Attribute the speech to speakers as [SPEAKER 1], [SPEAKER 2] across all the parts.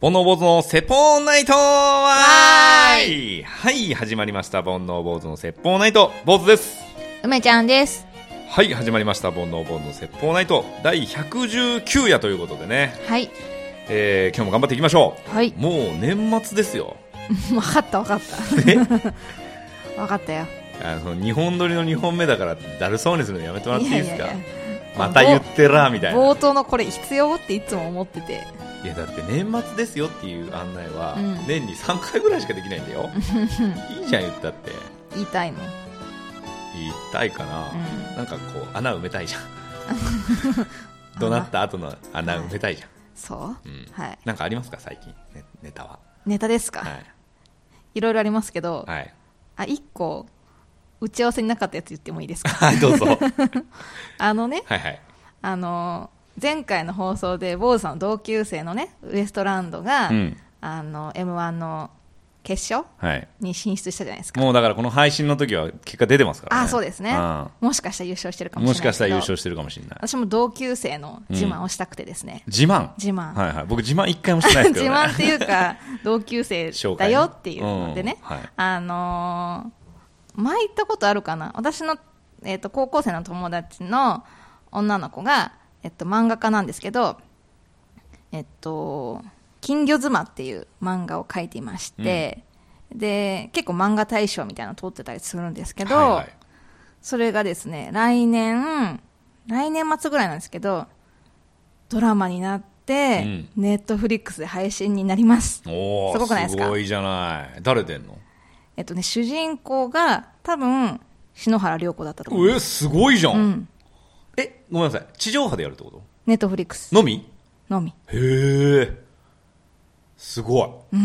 [SPEAKER 1] 煩悩坊主の説法ナイト
[SPEAKER 2] わー
[SPEAKER 1] いはい、始まりました。煩悩坊主の説法ナイト坊主です
[SPEAKER 2] 梅ちゃんです。
[SPEAKER 1] はい、始まりました。煩悩坊主の説法ナイト第119夜ということでね、
[SPEAKER 2] はい。
[SPEAKER 1] えー、今日も頑張っていきましょう
[SPEAKER 2] はい。
[SPEAKER 1] もう年末ですよ。
[SPEAKER 2] わかったわかった。
[SPEAKER 1] ね
[SPEAKER 2] わかったよ。
[SPEAKER 1] あの、2本撮りの2本目だから、だるそうにするのやめてもらっていいですか
[SPEAKER 2] いやいやい
[SPEAKER 1] また言ってら、みたいな。
[SPEAKER 2] 冒頭のこれ必要っていつも思ってて。
[SPEAKER 1] いやだって年末ですよっていう案内は
[SPEAKER 2] うん
[SPEAKER 1] 年に3回ぐらいしかできないん だよ、いいじゃん言ったって
[SPEAKER 2] 言いたいの。
[SPEAKER 1] 言いたいかな、
[SPEAKER 2] う
[SPEAKER 1] なんかこう穴埋めたい じゃん怒鳴った後の穴埋めたいじゃん、
[SPEAKER 2] そうう、
[SPEAKER 1] ん
[SPEAKER 2] はい。
[SPEAKER 1] なんかありますか最近ネネタは
[SPEAKER 2] ネタですか、、
[SPEAKER 1] はいい、
[SPEAKER 2] ろいろありますけど、
[SPEAKER 1] はい、
[SPEAKER 2] あ、一個、打ち合わせになかったやつ言ってもいいですか
[SPEAKER 1] はいどうぞは
[SPEAKER 2] あのね、
[SPEAKER 1] いはい
[SPEAKER 2] あのー前回の放送で、坊主さんの同級生のね、ウエストランドが、
[SPEAKER 1] うん
[SPEAKER 2] あの、M1 の決勝
[SPEAKER 1] はい
[SPEAKER 2] に進出したじゃないですか。
[SPEAKER 1] もうだからこの配信の時は結果出てますから、ね、
[SPEAKER 2] あ、そうですね
[SPEAKER 1] ん。
[SPEAKER 2] もしかしたら優勝してるかも
[SPEAKER 1] も
[SPEAKER 2] し
[SPEAKER 1] し
[SPEAKER 2] れな
[SPEAKER 1] か
[SPEAKER 2] いけ
[SPEAKER 1] し
[SPEAKER 2] ど。
[SPEAKER 1] たら優勝してるかもしれない
[SPEAKER 2] 私も同級生の自慢をしたくてですね、
[SPEAKER 1] 自慢
[SPEAKER 2] 自慢
[SPEAKER 1] はいはい僕自慢一回もしてないですけ
[SPEAKER 2] 自
[SPEAKER 1] ど、ね、
[SPEAKER 2] 慢っていうか同級生
[SPEAKER 1] 紹
[SPEAKER 2] だ
[SPEAKER 1] 介ね
[SPEAKER 2] よっていうのでね、
[SPEAKER 1] うんはい
[SPEAKER 2] あのー前行ったことあるかな私の、えー、と高校生の友達の女の子が、えっと漫画家なんですけどえっと「金魚妻」っていう漫画を描いていまして、で結構漫画大賞みたいなの通ってたりするんですけど、
[SPEAKER 1] はいはい
[SPEAKER 2] それがですね、来年、来年末ぐらいなんですけど、ドラマになって、ネットフリックスで配信になります。
[SPEAKER 1] おー
[SPEAKER 2] すごくないですか
[SPEAKER 1] すごいじゃない誰出んの
[SPEAKER 2] えっとね、主人公が多分、篠原涼子だったと思う。
[SPEAKER 1] えすごいじゃん、
[SPEAKER 2] うん。
[SPEAKER 1] えごめんなさい地上波でやるってこ
[SPEAKER 2] ネットフリックス
[SPEAKER 1] とのみ
[SPEAKER 2] のみ。
[SPEAKER 1] へえすごい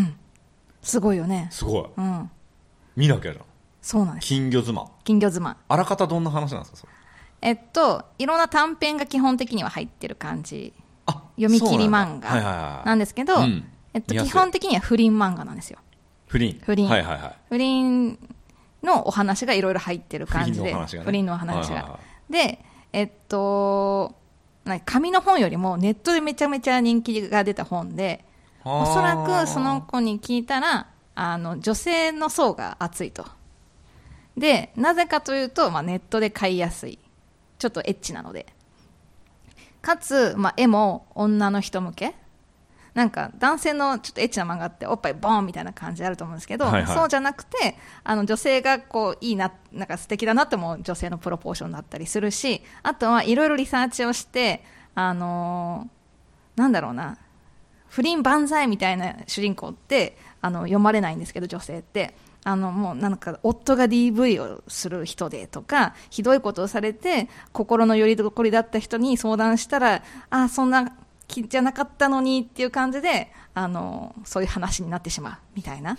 [SPEAKER 2] すごいよね。
[SPEAKER 1] すごい
[SPEAKER 2] うん。
[SPEAKER 1] 見なきゃじゃん
[SPEAKER 2] そうなんです。
[SPEAKER 1] 金魚妻
[SPEAKER 2] 金魚妻。
[SPEAKER 1] あらかたどんな話なんですかそれ
[SPEAKER 2] えっと、いろんな短編が基本的には入ってる感じ。
[SPEAKER 1] あ
[SPEAKER 2] 読み切り
[SPEAKER 1] そうな
[SPEAKER 2] 漫
[SPEAKER 1] んだはいはい
[SPEAKER 2] 画
[SPEAKER 1] はい
[SPEAKER 2] なんですけど、
[SPEAKER 1] うん
[SPEAKER 2] えっと、
[SPEAKER 1] 見やすい
[SPEAKER 2] 基本的には不倫漫画なんですよ。
[SPEAKER 1] 不倫
[SPEAKER 2] 不倫
[SPEAKER 1] はいはいはい
[SPEAKER 2] 不倫のお話がいろいろ入ってる感じで
[SPEAKER 1] 不
[SPEAKER 2] 不
[SPEAKER 1] 倫
[SPEAKER 2] 倫
[SPEAKER 1] のお
[SPEAKER 2] のお
[SPEAKER 1] 話
[SPEAKER 2] 話
[SPEAKER 1] がねは
[SPEAKER 2] が、
[SPEAKER 1] いは
[SPEAKER 2] でえっとなんか紙の本よりもネットでめちゃめちゃ人気が出た本で
[SPEAKER 1] あー
[SPEAKER 2] おそらくその子に聞いたらあの女性の層が厚いとでなぜかというと、まあ、ネットで買いやすいちょっとエッチなのでかつ、まあ、絵も女の人向けなんか男性のちょっとエッチな漫画っておっぱいボーンみたいな感じあると思うんですけど、
[SPEAKER 1] はいはい
[SPEAKER 2] そうじゃなくてあの女性がこういいななんか素敵だなって思う女性のプロポーションだったりするしあとはいろいろリサーチをして、あのーなんだろうな不倫万歳みたいな主人公ってあの読まれないんですけど女性ってあのもうなんか夫が DV をする人でとかひどいことをされて心のよりどころだった人に相談したらああそんな気じゃなかったのにっていう感じであのそういう話になってしまうみたいな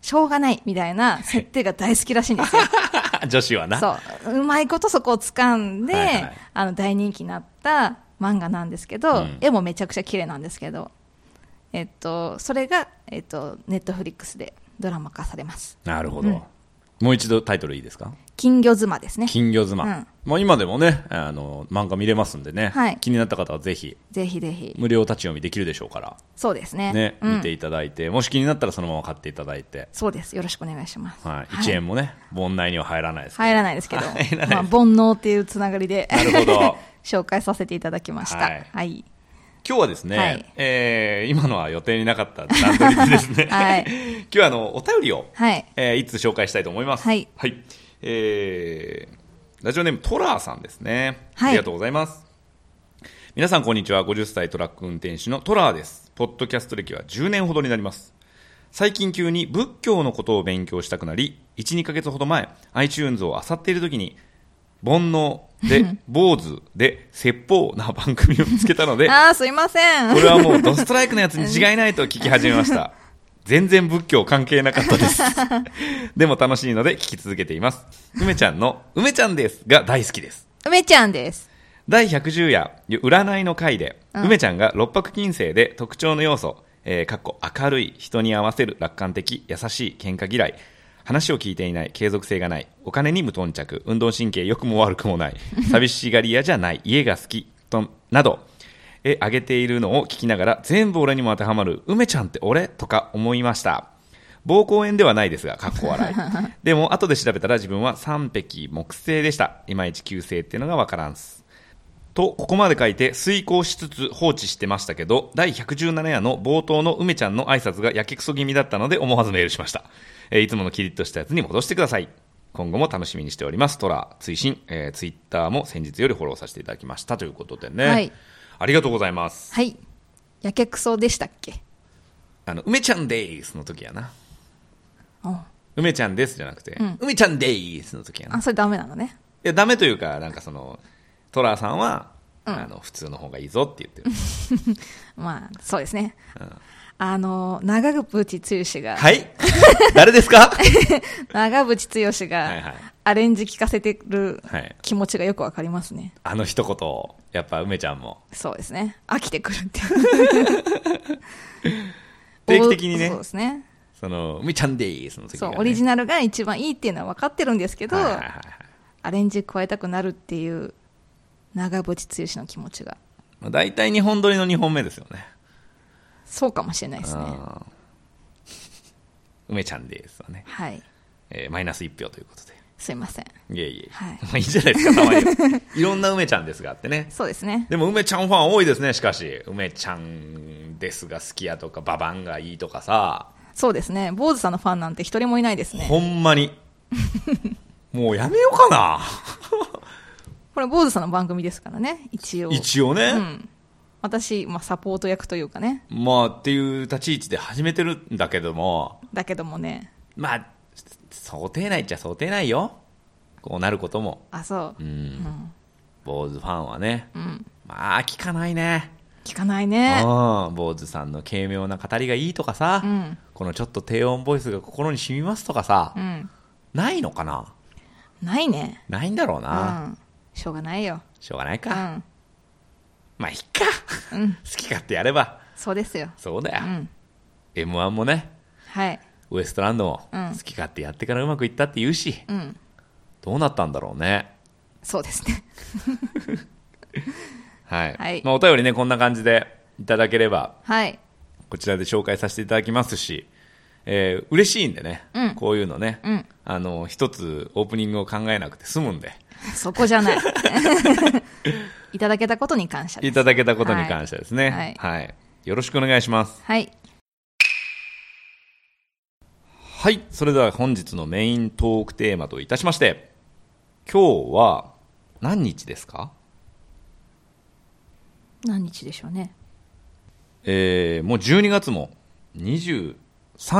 [SPEAKER 2] しょうがないみたいな設定が大好きらしいんですよ
[SPEAKER 1] 女子はな
[SPEAKER 2] そううまいことそこを掴んで、
[SPEAKER 1] はいはい
[SPEAKER 2] あの大人気になった漫画なんですけど、
[SPEAKER 1] うん
[SPEAKER 2] 絵もめちゃくちゃ綺麗なんですけど、えっと、それが、えっと、ネットフリックスでドラマ化されます
[SPEAKER 1] なるほどもう一度タイトルいいですか
[SPEAKER 2] 「金魚妻」ですね
[SPEAKER 1] 金魚
[SPEAKER 2] う
[SPEAKER 1] 妻
[SPEAKER 2] ん
[SPEAKER 1] もう今でもねあの漫画見れますんでね
[SPEAKER 2] はい
[SPEAKER 1] 気になった方はぜひ
[SPEAKER 2] ぜひぜひ
[SPEAKER 1] 無料立ち読みできるでしょうから
[SPEAKER 2] そうですね
[SPEAKER 1] ね、
[SPEAKER 2] うん
[SPEAKER 1] 見ていただいてもし気になったらそのまま買っていただいて、
[SPEAKER 2] そうですよろしくお願いします、
[SPEAKER 1] はい、1円もね、盆内には入らないですけど
[SPEAKER 2] 入らないですけど、まあ、
[SPEAKER 1] 入らない
[SPEAKER 2] 煩悩っていうつながりで
[SPEAKER 1] なるほど
[SPEAKER 2] 紹介させていただきました、
[SPEAKER 1] は
[SPEAKER 2] はいい
[SPEAKER 1] 今日はですね、
[SPEAKER 2] はい
[SPEAKER 1] えー今のは予定になかった段取りでですね、
[SPEAKER 2] はい
[SPEAKER 1] 今日はあのお便りを、
[SPEAKER 2] はい
[SPEAKER 1] えーいつ紹介したいと思います。
[SPEAKER 2] はい
[SPEAKER 1] えーラジオネームトラーさんですね、
[SPEAKER 2] はい
[SPEAKER 1] ありがとうございます。皆さんこんにちは50歳トラック運転手のトラーですポッドキャスト歴は10年ほどになります最近急に仏教のことを勉強したくなり12ヶ月ほど前 iTunes を漁っている時に煩悩 で坊主で説法な番組を見つけたので
[SPEAKER 2] ああすいません
[SPEAKER 1] これはもうドストライクのやつに違いないと聞き始めました。全然仏教関係なかったです。でも楽しいので聞き続けています。梅ちゃんの、梅ちゃんですが大好きです。
[SPEAKER 2] 梅ちゃんです
[SPEAKER 1] 第110夜、占いの回で、梅ちゃんが六白金星で特徴の要素、えー、かっこ明るい、人に合わせる、楽観的、優しい、喧嘩嫌い、話を聞いていない、継続性がない、お金に無頓着、運動神経良くも悪くもない、寂しがり屋じゃない、家が好き、と、など、え上げているのを聞きながら全部俺にも当てはまる梅ちゃんって俺とか思いました暴行炎ではないですが、かっこ笑い。でも、後で調べたら自分は三匹木星でした。いまいち旧星っていうのがわからんす。と、ここまで書いて遂行しつつ放置してましたけど、第117夜の冒頭の梅ちゃんの挨拶がやけくそ気味だったので思わずメールしました。えーいつものキリッとしたやつに戻してください。今後も楽しみにしております。トラ、追伸、えー、ツイッターも先日よりフォローさせていただきましたということでね。
[SPEAKER 2] はい
[SPEAKER 1] ありがとうございます。
[SPEAKER 2] はいやけくそでしたっけ
[SPEAKER 1] あの、梅ちゃんでーすの時やな。
[SPEAKER 2] うん
[SPEAKER 1] 梅ちゃんですじゃなくて、梅ちゃんでーすの時やな。
[SPEAKER 2] あ
[SPEAKER 1] い
[SPEAKER 2] それダメなのね
[SPEAKER 1] や、ダメというか、なんかその、トラさんは、あの、普通の方がいいぞって言ってる。
[SPEAKER 2] まあそうですね、あの長渕剛が、
[SPEAKER 1] はい 誰ですか
[SPEAKER 2] 長渕剛
[SPEAKER 1] はいは
[SPEAKER 2] が
[SPEAKER 1] い
[SPEAKER 2] アレンジ聞かせてる
[SPEAKER 1] はい
[SPEAKER 2] 気持ちがよくわかりますね
[SPEAKER 1] あの一言をやっぱ梅ちゃんも。
[SPEAKER 2] そうですね飽きてくるって
[SPEAKER 1] 定期的にね
[SPEAKER 2] そうですね
[SPEAKER 1] その、梅ちゃんでーすの時
[SPEAKER 2] そ
[SPEAKER 1] が、
[SPEAKER 2] う
[SPEAKER 1] ね。
[SPEAKER 2] オリジ
[SPEAKER 1] ナ
[SPEAKER 2] ナルが一番いいっていうのは分かってるんですけど、
[SPEAKER 1] はいはいはいはい。
[SPEAKER 2] アレンジ加えたくなるっていう長渕剛の気持ちが
[SPEAKER 1] まあ、大体日本撮りの2本目ですよね。
[SPEAKER 2] そうかもしれないですね
[SPEAKER 1] あー梅ちゃんでーすはね、
[SPEAKER 2] はい
[SPEAKER 1] えーマイナス1票ということ
[SPEAKER 2] すいません
[SPEAKER 1] で。いえいえ。
[SPEAKER 2] はい
[SPEAKER 1] まあいいじゃないですか、たまには。いろんな梅ちゃんですがあってね。
[SPEAKER 2] そうですね
[SPEAKER 1] でも梅ちゃんファン多いですね、しかし。梅ちゃんですが好きやとか、ババンがいいとかさ。
[SPEAKER 2] そうですね坊主さんのファンなんて一人もいないですね
[SPEAKER 1] ほんまに。もうやめようかな。
[SPEAKER 2] これ坊主さんの番組ですからね一応
[SPEAKER 1] 一応ね。
[SPEAKER 2] うん、私、まあ、サポート役というかね
[SPEAKER 1] まあっていう立ち位置で始めてるんだけども、
[SPEAKER 2] だけどもね
[SPEAKER 1] まあ、想定内っちゃ想定内よ。こうなることも。
[SPEAKER 2] あそう、
[SPEAKER 1] 坊主ファンはね。まあ、聞かないね。
[SPEAKER 2] 聞かないうね
[SPEAKER 1] ん。坊主さんの軽妙な語りがいいとかさ、このちょっと低音ボイスが心に染みますとかさ、
[SPEAKER 2] うん
[SPEAKER 1] ないのかな
[SPEAKER 2] ないね
[SPEAKER 1] ないんだろう
[SPEAKER 2] う
[SPEAKER 1] な。
[SPEAKER 2] んしょうがないよ
[SPEAKER 1] しょうがないか。
[SPEAKER 2] うん
[SPEAKER 1] まあ、いっか。好き勝手やれば。
[SPEAKER 2] そうですよ
[SPEAKER 1] そうだよ。
[SPEAKER 2] ん
[SPEAKER 1] M1 もね、
[SPEAKER 2] はい
[SPEAKER 1] ウエストランドも
[SPEAKER 2] うん
[SPEAKER 1] 好き勝手やってからうまくいったって言うし、
[SPEAKER 2] うん
[SPEAKER 1] どうなったんだろうね。
[SPEAKER 2] そうですね
[SPEAKER 1] はい。
[SPEAKER 2] はい
[SPEAKER 1] まあ、お便りね、こんな感じでいただければ、
[SPEAKER 2] はい
[SPEAKER 1] こちらで紹介させていただきますし、えー嬉しいんでね、
[SPEAKER 2] うん
[SPEAKER 1] こういうのね、
[SPEAKER 2] うん
[SPEAKER 1] あの、一つオープニングを考えなくて済むんで、
[SPEAKER 2] そこじ ゃないいただけたことに感謝で
[SPEAKER 1] い
[SPEAKER 2] す
[SPEAKER 1] ただけたことに関してですね。はい。よろしくお願いします。
[SPEAKER 2] はい
[SPEAKER 1] はい。それでは本日のメイントークテーマといたしまして、今日は何日ですか
[SPEAKER 2] 何日でしょうね
[SPEAKER 1] えーもう12月も23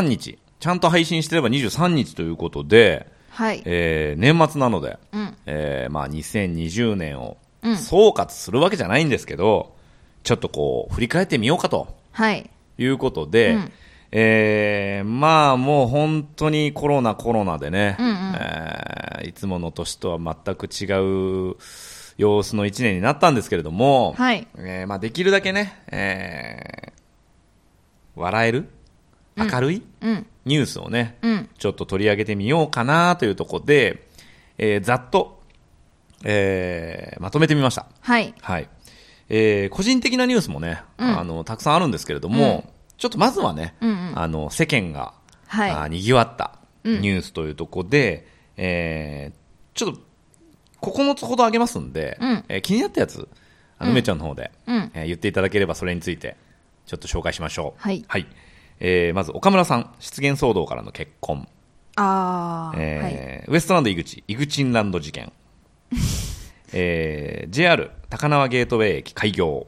[SPEAKER 1] 日、ちゃんと配信してれば23日ということで、
[SPEAKER 2] はい
[SPEAKER 1] えー年末なので、
[SPEAKER 2] うん
[SPEAKER 1] えーまあ、2020年を
[SPEAKER 2] うん
[SPEAKER 1] 総括するわけじゃないんですけど、ちょっとこう、振り返ってみようかと
[SPEAKER 2] はい
[SPEAKER 1] いうことで、
[SPEAKER 2] うん
[SPEAKER 1] えーまあもう本当にコロナコロナでね、
[SPEAKER 2] んうん
[SPEAKER 1] えーいつもの年とは全く違う様子の1年になったんですけれども、
[SPEAKER 2] はい
[SPEAKER 1] えーまあ、できるだけね、えー笑える明るい、
[SPEAKER 2] うん
[SPEAKER 1] ニュースをね、
[SPEAKER 2] うん
[SPEAKER 1] ちょっと取り上げてみようかなというところで、えーざっと、えーまとめてみました。
[SPEAKER 2] はい
[SPEAKER 1] はい。えー個人的なニュースもね、あの、たくさんあるんですけれども、ちょっとまずはね、あの、世間が、
[SPEAKER 2] はい
[SPEAKER 1] あー賑わったニュースというところで、えーちょっと、9つほどあげますんで、
[SPEAKER 2] ん
[SPEAKER 1] えー気になったやつ、あの、梅ちゃんの方で、
[SPEAKER 2] うん
[SPEAKER 1] えー言っていただければそれについて、ちょっと紹介しましょう。
[SPEAKER 2] はい
[SPEAKER 1] えーまず、岡村さん、失言騒動からの結婚。
[SPEAKER 2] ああ、はい
[SPEAKER 1] えーウエストランド井口、イグチンランド事 件、えー JR 高輪ゲートウェイ駅開業、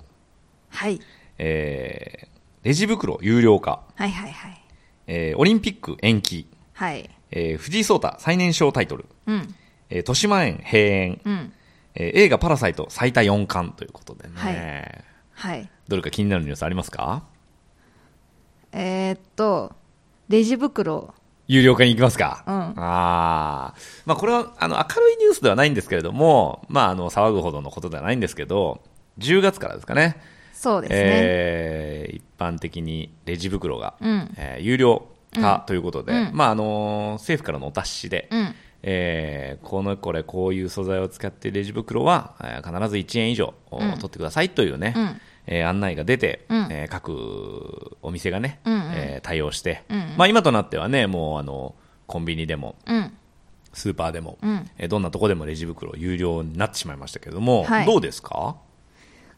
[SPEAKER 2] はい
[SPEAKER 1] えーレジ袋有料化、
[SPEAKER 2] はいはいはい
[SPEAKER 1] えーオリンピック延期、
[SPEAKER 2] はい
[SPEAKER 1] えー藤井聡太最年少タイトル、
[SPEAKER 2] うん
[SPEAKER 1] えー豊島園閉園、
[SPEAKER 2] うん
[SPEAKER 1] えー映画「パラサイト」最多4冠ということでね、
[SPEAKER 2] はいはい
[SPEAKER 1] どれか気になるニュースありますか
[SPEAKER 2] えーっとレジ袋
[SPEAKER 1] 有料化に行きますか、
[SPEAKER 2] うん
[SPEAKER 1] あーまあこれはあの明るいニュースではないんですけれども、まあ、あの騒ぐほどのことではないんですけど10月からですかね
[SPEAKER 2] そうですね、
[SPEAKER 1] えー一般的にレジ袋が、
[SPEAKER 2] うん
[SPEAKER 1] えー有料化ということで、
[SPEAKER 2] うん
[SPEAKER 1] まああのー政府からのお達しで、
[SPEAKER 2] うん
[SPEAKER 1] えーこのこれこういう素材を使ってレジ袋はえー必ず1円以上、お取ってくださいというね、
[SPEAKER 2] うん
[SPEAKER 1] えー案内が出て、
[SPEAKER 2] うん
[SPEAKER 1] えー各お店がね、
[SPEAKER 2] うんうん
[SPEAKER 1] えー対応して、
[SPEAKER 2] うんうん
[SPEAKER 1] まあ、今となってはねもうあのコンビニでも
[SPEAKER 2] うん
[SPEAKER 1] スーパーでも、
[SPEAKER 2] うん
[SPEAKER 1] えーどんなとこでもレジ袋有料になってしまいましたけれども、
[SPEAKER 2] はい
[SPEAKER 1] どうですか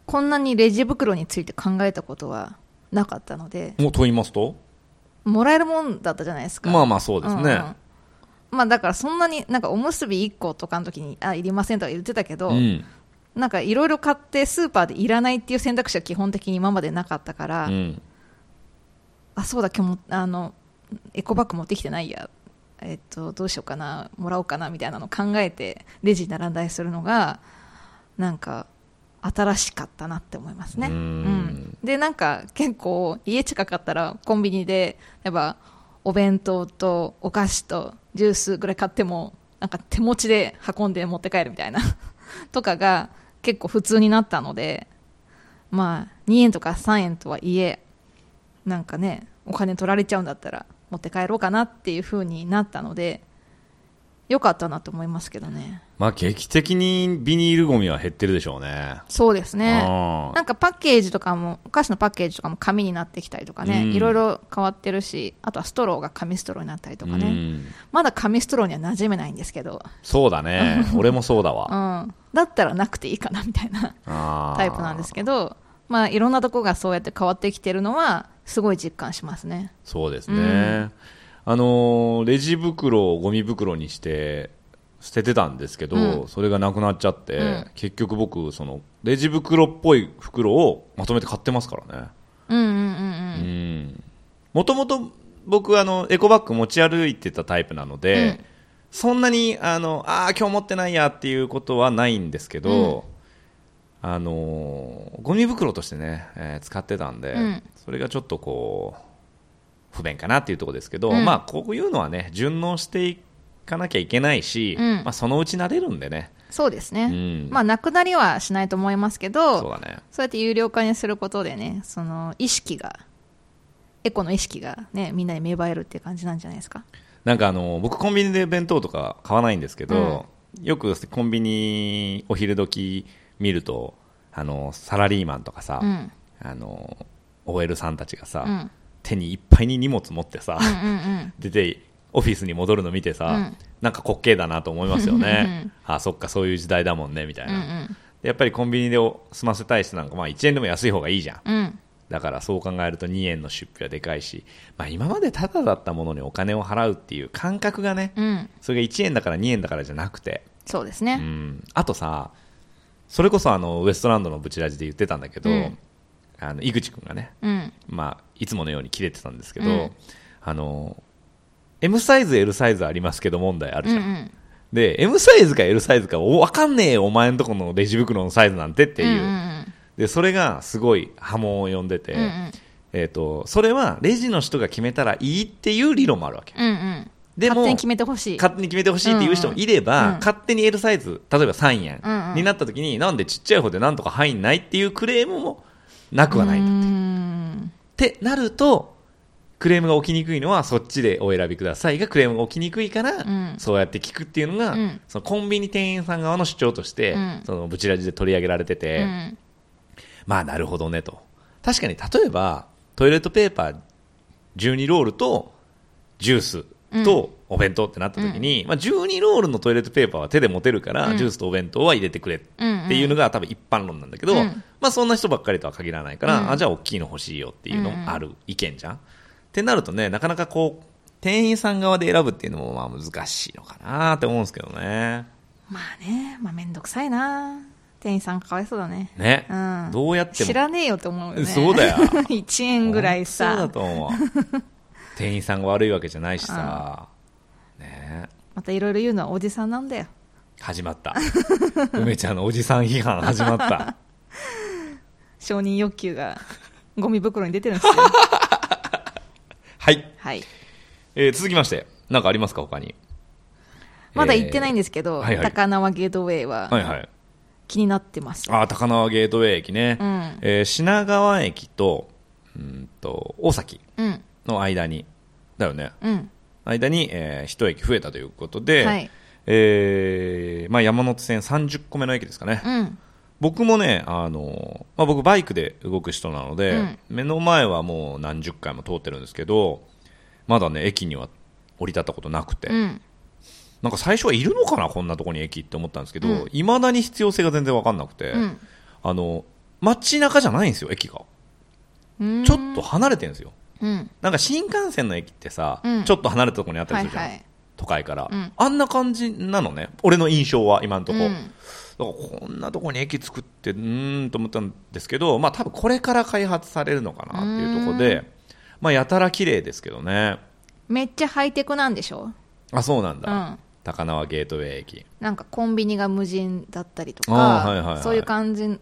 [SPEAKER 2] こんなにレジ袋について考えたことはなかったので
[SPEAKER 1] もうと言いますと
[SPEAKER 2] もらえるもんだったじゃないですか
[SPEAKER 1] まあまあそうですね、
[SPEAKER 2] んんまあだからそんなになんかおむすび1個とかの時にあいりませんとか言ってたけど、
[SPEAKER 1] うん
[SPEAKER 2] なんかいろいろ買ってスーパーでいらないっていう選択肢は基本的に今までなかったから、
[SPEAKER 1] うん
[SPEAKER 2] あそうだ今日もあのエコバッグ持ってきてないやえっとどうしようかなもらおうかなみたいなのを考えてレジに並んだりするのがなんか新しかったなって思いますね
[SPEAKER 1] う
[SPEAKER 2] うんん、でなんか結構家近かったらコンビニでやっぱお弁当とお菓子とジュースぐらい買ってもなんか手持ちで運んで持って帰るみたいな とかが結構普通になったのでまあ2円とか3円とはいえなんかねお金取られちゃうんだったら持って帰ろうかなっていう風になったのでよかったなと思いますけどね
[SPEAKER 1] まあ劇的にビニールゴミは減ってるでしょうね
[SPEAKER 2] そうですね
[SPEAKER 1] あ
[SPEAKER 2] なんかパッケージとかもお菓子のパッケージとかも紙になってきたりとかね、
[SPEAKER 1] うん
[SPEAKER 2] いろいろ変わってるしあとはストローが紙ストローになったりと
[SPEAKER 1] と
[SPEAKER 2] かね、まだ紙ストローには馴染めないんですけど、
[SPEAKER 1] そうだ ね俺もそうだ
[SPEAKER 2] う
[SPEAKER 1] わ
[SPEAKER 2] ん、だったらなくていいかなみたいな
[SPEAKER 1] タ
[SPEAKER 2] タイプなんですけどまあいろんなとこがそうやって変わってきてるのはすごい実感しますね
[SPEAKER 1] そうですね、
[SPEAKER 2] うん
[SPEAKER 1] あのーレジ袋をゴミ袋にして捨ててたんですけど、
[SPEAKER 2] う
[SPEAKER 1] それがなくなっちゃって、
[SPEAKER 2] うん
[SPEAKER 1] 結局僕そのレジ袋っぽい袋をまとめて買ってますから
[SPEAKER 2] うんうんうん
[SPEAKER 1] ねうんもともと僕あのエコバッグ持ち歩いてたタイプなので、
[SPEAKER 2] うん
[SPEAKER 1] そんなにあのあー今日持ってないやっていうことはないんですけど、あのーゴミ袋としてね、えー使ってたんで、
[SPEAKER 2] うん
[SPEAKER 1] それがちょっとこう不便かなっていうところですけど、
[SPEAKER 2] うん
[SPEAKER 1] まあこういうのはね順応していかなきゃいけないし、
[SPEAKER 2] うん
[SPEAKER 1] まあ、そのうち慣れるんでね、
[SPEAKER 2] そうですね、
[SPEAKER 1] うん
[SPEAKER 2] まあなくなりはしないと思いますけど
[SPEAKER 1] そうだね
[SPEAKER 2] そうやって有料化にすることでねその意識がエコの意識がねみんなに芽生えるっていう感じなんじゃないですか
[SPEAKER 1] なんかあの僕コンビニで弁当とか買わないんですけど、よくコンビニお昼時見るとあのサラリーマンとかさ、
[SPEAKER 2] うん
[SPEAKER 1] あの OL さんたちがさ、
[SPEAKER 2] うん
[SPEAKER 1] 手にいっぱいに荷物持ってさ、
[SPEAKER 2] うんうん
[SPEAKER 1] 出てオフィスに戻るの見てさ、
[SPEAKER 2] うん
[SPEAKER 1] なんか滑稽だなと思いますよ
[SPEAKER 2] う
[SPEAKER 1] ねあそっかそういう時代だもんねみたい
[SPEAKER 2] うんう
[SPEAKER 1] な、
[SPEAKER 2] ん
[SPEAKER 1] でやっぱりコンビニで済ませたい人なんか、まあ、1円でも安い方がいいじゃん
[SPEAKER 2] うんうん
[SPEAKER 1] だからそう考えると2円の出費はでかいし、まあ、今までタダだったものにお金を払うっていう感覚がね、
[SPEAKER 2] うん
[SPEAKER 1] それが1円だから2円だからじゃなくて、
[SPEAKER 2] そうです
[SPEAKER 1] う
[SPEAKER 2] ね
[SPEAKER 1] ん、あとさそれこそあのウエストランドのブチラジで言ってたんだけど、
[SPEAKER 2] うん
[SPEAKER 1] あの井口君がね、
[SPEAKER 2] うん
[SPEAKER 1] まあ、いつものように切れてたんですけど、
[SPEAKER 2] うん
[SPEAKER 1] あの M サイズ L サイズありますけど問題ある
[SPEAKER 2] うん
[SPEAKER 1] じ
[SPEAKER 2] う
[SPEAKER 1] ゃん、
[SPEAKER 2] ん
[SPEAKER 1] で M サイズか L サイズかお分かんねえよお前んとこのレジ袋のサイズなんてっていう、
[SPEAKER 2] うんうん
[SPEAKER 1] でそれがすごい波紋を呼んでて、
[SPEAKER 2] うんうん
[SPEAKER 1] えー、とそれはレジの人が決めたらいいっていう理論もあるわけ
[SPEAKER 2] うんうん
[SPEAKER 1] でも
[SPEAKER 2] 勝手に決めてほしい
[SPEAKER 1] 勝手に決めてほしいっていう人もいれば、
[SPEAKER 2] うんうん
[SPEAKER 1] 勝手に L サイズ例えば3
[SPEAKER 2] うんう
[SPEAKER 1] 円
[SPEAKER 2] ん
[SPEAKER 1] になった時に、なんでちっちゃい方でなんとか入んないっていうクレームもなくはないんだ
[SPEAKER 2] うん
[SPEAKER 1] ってなるとクレームが起きにくいのはそっちでお選びくださいがクレームが起きにくいから、
[SPEAKER 2] うん
[SPEAKER 1] そうやって聞くっていうのが、
[SPEAKER 2] うん
[SPEAKER 1] そのコンビニ店員さん側の主張として、
[SPEAKER 2] うん
[SPEAKER 1] そのブチラジで取り上げられて
[SPEAKER 2] う
[SPEAKER 1] て、
[SPEAKER 2] ん
[SPEAKER 1] まあなるほどねと確かに例えばトイレットペーパー12ロールとジュースとお弁当ってなった時に、まあ、12ロールのトイレットペーパーは手で持てるから、
[SPEAKER 2] うん
[SPEAKER 1] ジュースとお弁当は入れてくれっていうのが多分一般論なんだけど、
[SPEAKER 2] うん
[SPEAKER 1] まあ、そんな人ばっかりとは限らないから、
[SPEAKER 2] うん
[SPEAKER 1] あじゃあ大きいの欲しいよっていうのもある意見じゃん。ってなるとねなかなかこう店員さん側で選ぶっていうのもまあ難しいのかなって思うんですけどね。
[SPEAKER 2] まあねまあ面倒くさいな店員さんかわいそうだね
[SPEAKER 1] ね、
[SPEAKER 2] うん
[SPEAKER 1] どうやっても
[SPEAKER 2] 知らねえよって思うよね
[SPEAKER 1] そう だよ
[SPEAKER 2] 1円ぐらいさ
[SPEAKER 1] 本当そうだと思う店員さんが悪いわけじゃないしさ、ねえ
[SPEAKER 2] またいろいろ言うのはおじさんなんだよ
[SPEAKER 1] 始まった梅ちゃんのおじさん批判始まった
[SPEAKER 2] 承認欲 求がゴミ袋に出てるんですよ
[SPEAKER 1] はい、
[SPEAKER 2] はい
[SPEAKER 1] えー続きまして何かありますか他に
[SPEAKER 2] まだ行ってないん
[SPEAKER 1] で
[SPEAKER 2] ですけど、
[SPEAKER 1] えーはいはい
[SPEAKER 2] 高輪ゲートウェイ
[SPEAKER 1] は
[SPEAKER 2] はい
[SPEAKER 1] はい
[SPEAKER 2] 気になってます、
[SPEAKER 1] あー高輪ゲートウェイ駅ね、
[SPEAKER 2] うん
[SPEAKER 1] えー品川駅とうんと大崎
[SPEAKER 2] うん
[SPEAKER 1] の間にだよね
[SPEAKER 2] うん
[SPEAKER 1] 間に、えー一駅増えたということで、
[SPEAKER 2] はい
[SPEAKER 1] えーまあ、山手線30個目の駅ですかね、
[SPEAKER 2] うん
[SPEAKER 1] 僕もね、あのまあ、僕、バイクで動く人なので、
[SPEAKER 2] うん
[SPEAKER 1] 目の前はもう何十回も通ってるんですけど、まだね、駅には降り立ったことなくて、
[SPEAKER 2] うん
[SPEAKER 1] なんか最初はいるのかな、こんなとこに駅って思ったんですけ
[SPEAKER 2] うん
[SPEAKER 1] ど、いま、だに必要性が全然分かんなくて、
[SPEAKER 2] うん
[SPEAKER 1] あの街中じゃないんですよ、駅が。
[SPEAKER 2] うん
[SPEAKER 1] ちょっと離れてるんですよ。
[SPEAKER 2] うん
[SPEAKER 1] なんか新幹線の駅ってさ、
[SPEAKER 2] うん
[SPEAKER 1] ちょっと離れたところにあった
[SPEAKER 2] は
[SPEAKER 1] りす
[SPEAKER 2] い
[SPEAKER 1] るじゃん、
[SPEAKER 2] はい
[SPEAKER 1] 都会から、
[SPEAKER 2] うん
[SPEAKER 1] あんな感じなのね、俺の印象は、今のとこ、
[SPEAKER 2] う
[SPEAKER 1] だ
[SPEAKER 2] ん
[SPEAKER 1] からこんなとこに駅作ってうーんと思ったんですけど、まあ多分これから開発されるのかなっていうところで、まあやたら綺麗ですけどね。
[SPEAKER 2] めっちゃハイテクなんでしょ
[SPEAKER 1] あ、そうなんだ。
[SPEAKER 2] うん
[SPEAKER 1] 高輪ゲートウェイ駅。
[SPEAKER 2] なんかコンビニが無人だったりと
[SPEAKER 1] あーはいはいは
[SPEAKER 2] か
[SPEAKER 1] い
[SPEAKER 2] そういう感じ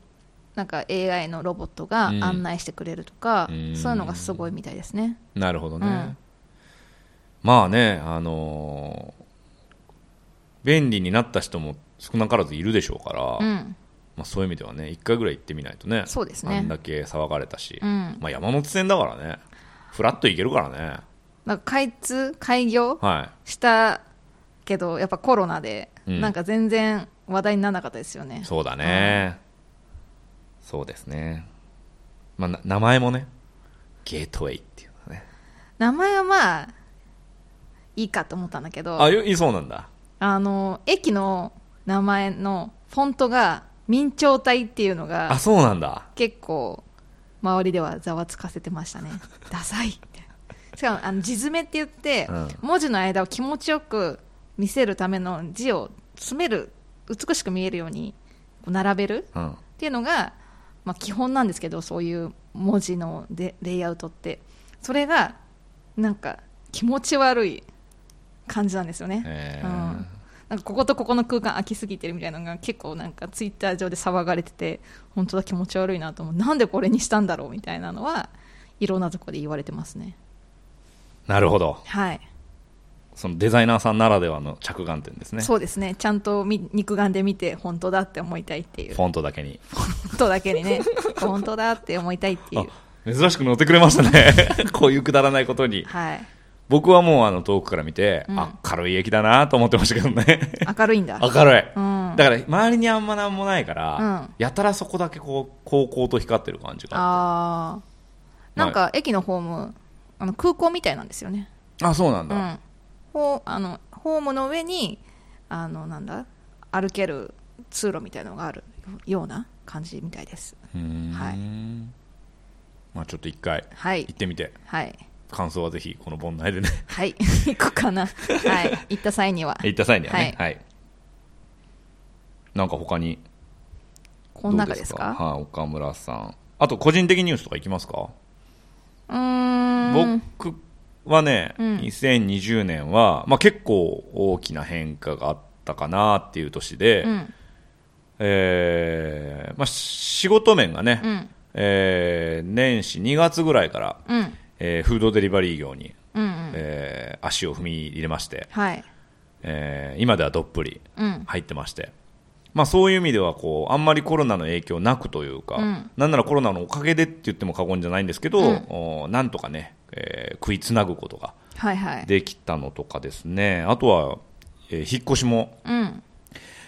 [SPEAKER 2] なんか AI のロボットが
[SPEAKER 1] うん
[SPEAKER 2] 案内してくれるとか、
[SPEAKER 1] うん
[SPEAKER 2] そういうのがすごいみたいですね
[SPEAKER 1] なるほどね。
[SPEAKER 2] うん
[SPEAKER 1] まあね、あのー便利になった人も少なからずいるでしょうから、
[SPEAKER 2] うん
[SPEAKER 1] まあ、そういう意味ではね、一回ぐらい行ってみないとね、
[SPEAKER 2] そうですね
[SPEAKER 1] あんだけ騒がれたし、
[SPEAKER 2] うん
[SPEAKER 1] まあ山手線だからね、フラッと行けるからね。
[SPEAKER 2] なんか開通開業
[SPEAKER 1] はい。
[SPEAKER 2] したけどやっぱコロナで
[SPEAKER 1] うん
[SPEAKER 2] なんか全然話題にならなかったですよね、
[SPEAKER 1] そうだね、そうですね、まあ、な名前もねゲートウェイっていうのね
[SPEAKER 2] 名前はまあいいかと思ったんだけど
[SPEAKER 1] あよいいそうなんだ
[SPEAKER 2] あの駅の名前のフォントが明朝体っていうのが
[SPEAKER 1] あそうなんだ
[SPEAKER 2] 結構周りではざわつかせてまし たねダサいってしかもあの字詰めって言って、
[SPEAKER 1] うん
[SPEAKER 2] 文字の間を気持ちよく見せるための字を詰める美しく見えるようにこう並べる
[SPEAKER 1] うん
[SPEAKER 2] っていうのが、まあ、基本なんですけどそういう文字のでレイアウトってそれがなんか気持ち悪い感じなんですよね、
[SPEAKER 1] へ
[SPEAKER 2] う
[SPEAKER 1] ー
[SPEAKER 2] ん、なんかこことここの空間空きすぎてるみたいなのが結構なんかツイッター上で騒がれてて本当だ気持ち悪いなと思うなんでこれにしたんだろうみたいなのはいろんなとこで言われてますね
[SPEAKER 1] なるほど
[SPEAKER 2] はい、
[SPEAKER 1] そのデザイナーさんならではの着眼点ですね
[SPEAKER 2] そうですねちゃんとみ肉眼で見て本当だって思いたいっ ていう
[SPEAKER 1] フォントだけに
[SPEAKER 2] ことだけにね本当だって思いたいっていう
[SPEAKER 1] あ珍しく乗ってくれました ねこういうくだらないことに
[SPEAKER 2] はい
[SPEAKER 1] 僕はもうあの遠くから見て、
[SPEAKER 2] うん
[SPEAKER 1] あ軽い駅だなと思ってましたけど ね
[SPEAKER 2] 明るいんだ
[SPEAKER 1] 明るい、
[SPEAKER 2] うん
[SPEAKER 1] だから周りにあんまなんもないから、
[SPEAKER 2] うん
[SPEAKER 1] やたらそこだけこう高校と光ってる感じが
[SPEAKER 2] あーなんか駅のホームあの空港みたいなんですよね、
[SPEAKER 1] あそうなん
[SPEAKER 2] う
[SPEAKER 1] だ、
[SPEAKER 2] ん、ホーあのホームの上にあのなんだ歩ける通路みたいなのがあるような感じみたいです
[SPEAKER 1] うーん
[SPEAKER 2] は
[SPEAKER 1] まあちょっと一回
[SPEAKER 2] はい
[SPEAKER 1] 行ってみて
[SPEAKER 2] はい
[SPEAKER 1] 感想はぜひこの盆内でね
[SPEAKER 2] はい 行くかなはい行った際 には
[SPEAKER 1] 行った際にはね
[SPEAKER 2] は
[SPEAKER 1] はい、なんか他に
[SPEAKER 2] この中ですか
[SPEAKER 1] どうはい、岡村さんあと個人的ニュースとかいきますか、
[SPEAKER 2] うーん
[SPEAKER 1] 僕はね、
[SPEAKER 2] うん
[SPEAKER 1] 2020年は、まあ、結構大きな変化があったかなっていう年で、
[SPEAKER 2] うん
[SPEAKER 1] えーまあ、仕事面がね、
[SPEAKER 2] うん
[SPEAKER 1] えー年始2月ぐらいから、
[SPEAKER 2] うん
[SPEAKER 1] えーフードデリバリー業に
[SPEAKER 2] うんうん
[SPEAKER 1] えー足を踏み入れまして、
[SPEAKER 2] はい
[SPEAKER 1] えー今ではどっぷり
[SPEAKER 2] うん
[SPEAKER 1] 入ってまして、まあ、そういう意味ではこうあんまりコロナの影響なくというか、
[SPEAKER 2] うん
[SPEAKER 1] なんならコロナのおかげでって言っても過言じゃないんですけど、
[SPEAKER 2] うん
[SPEAKER 1] おなんとかね、えー食いつなぐことが
[SPEAKER 2] はいはい
[SPEAKER 1] できたのとかですねあとは、えー引っ越しも、
[SPEAKER 2] うん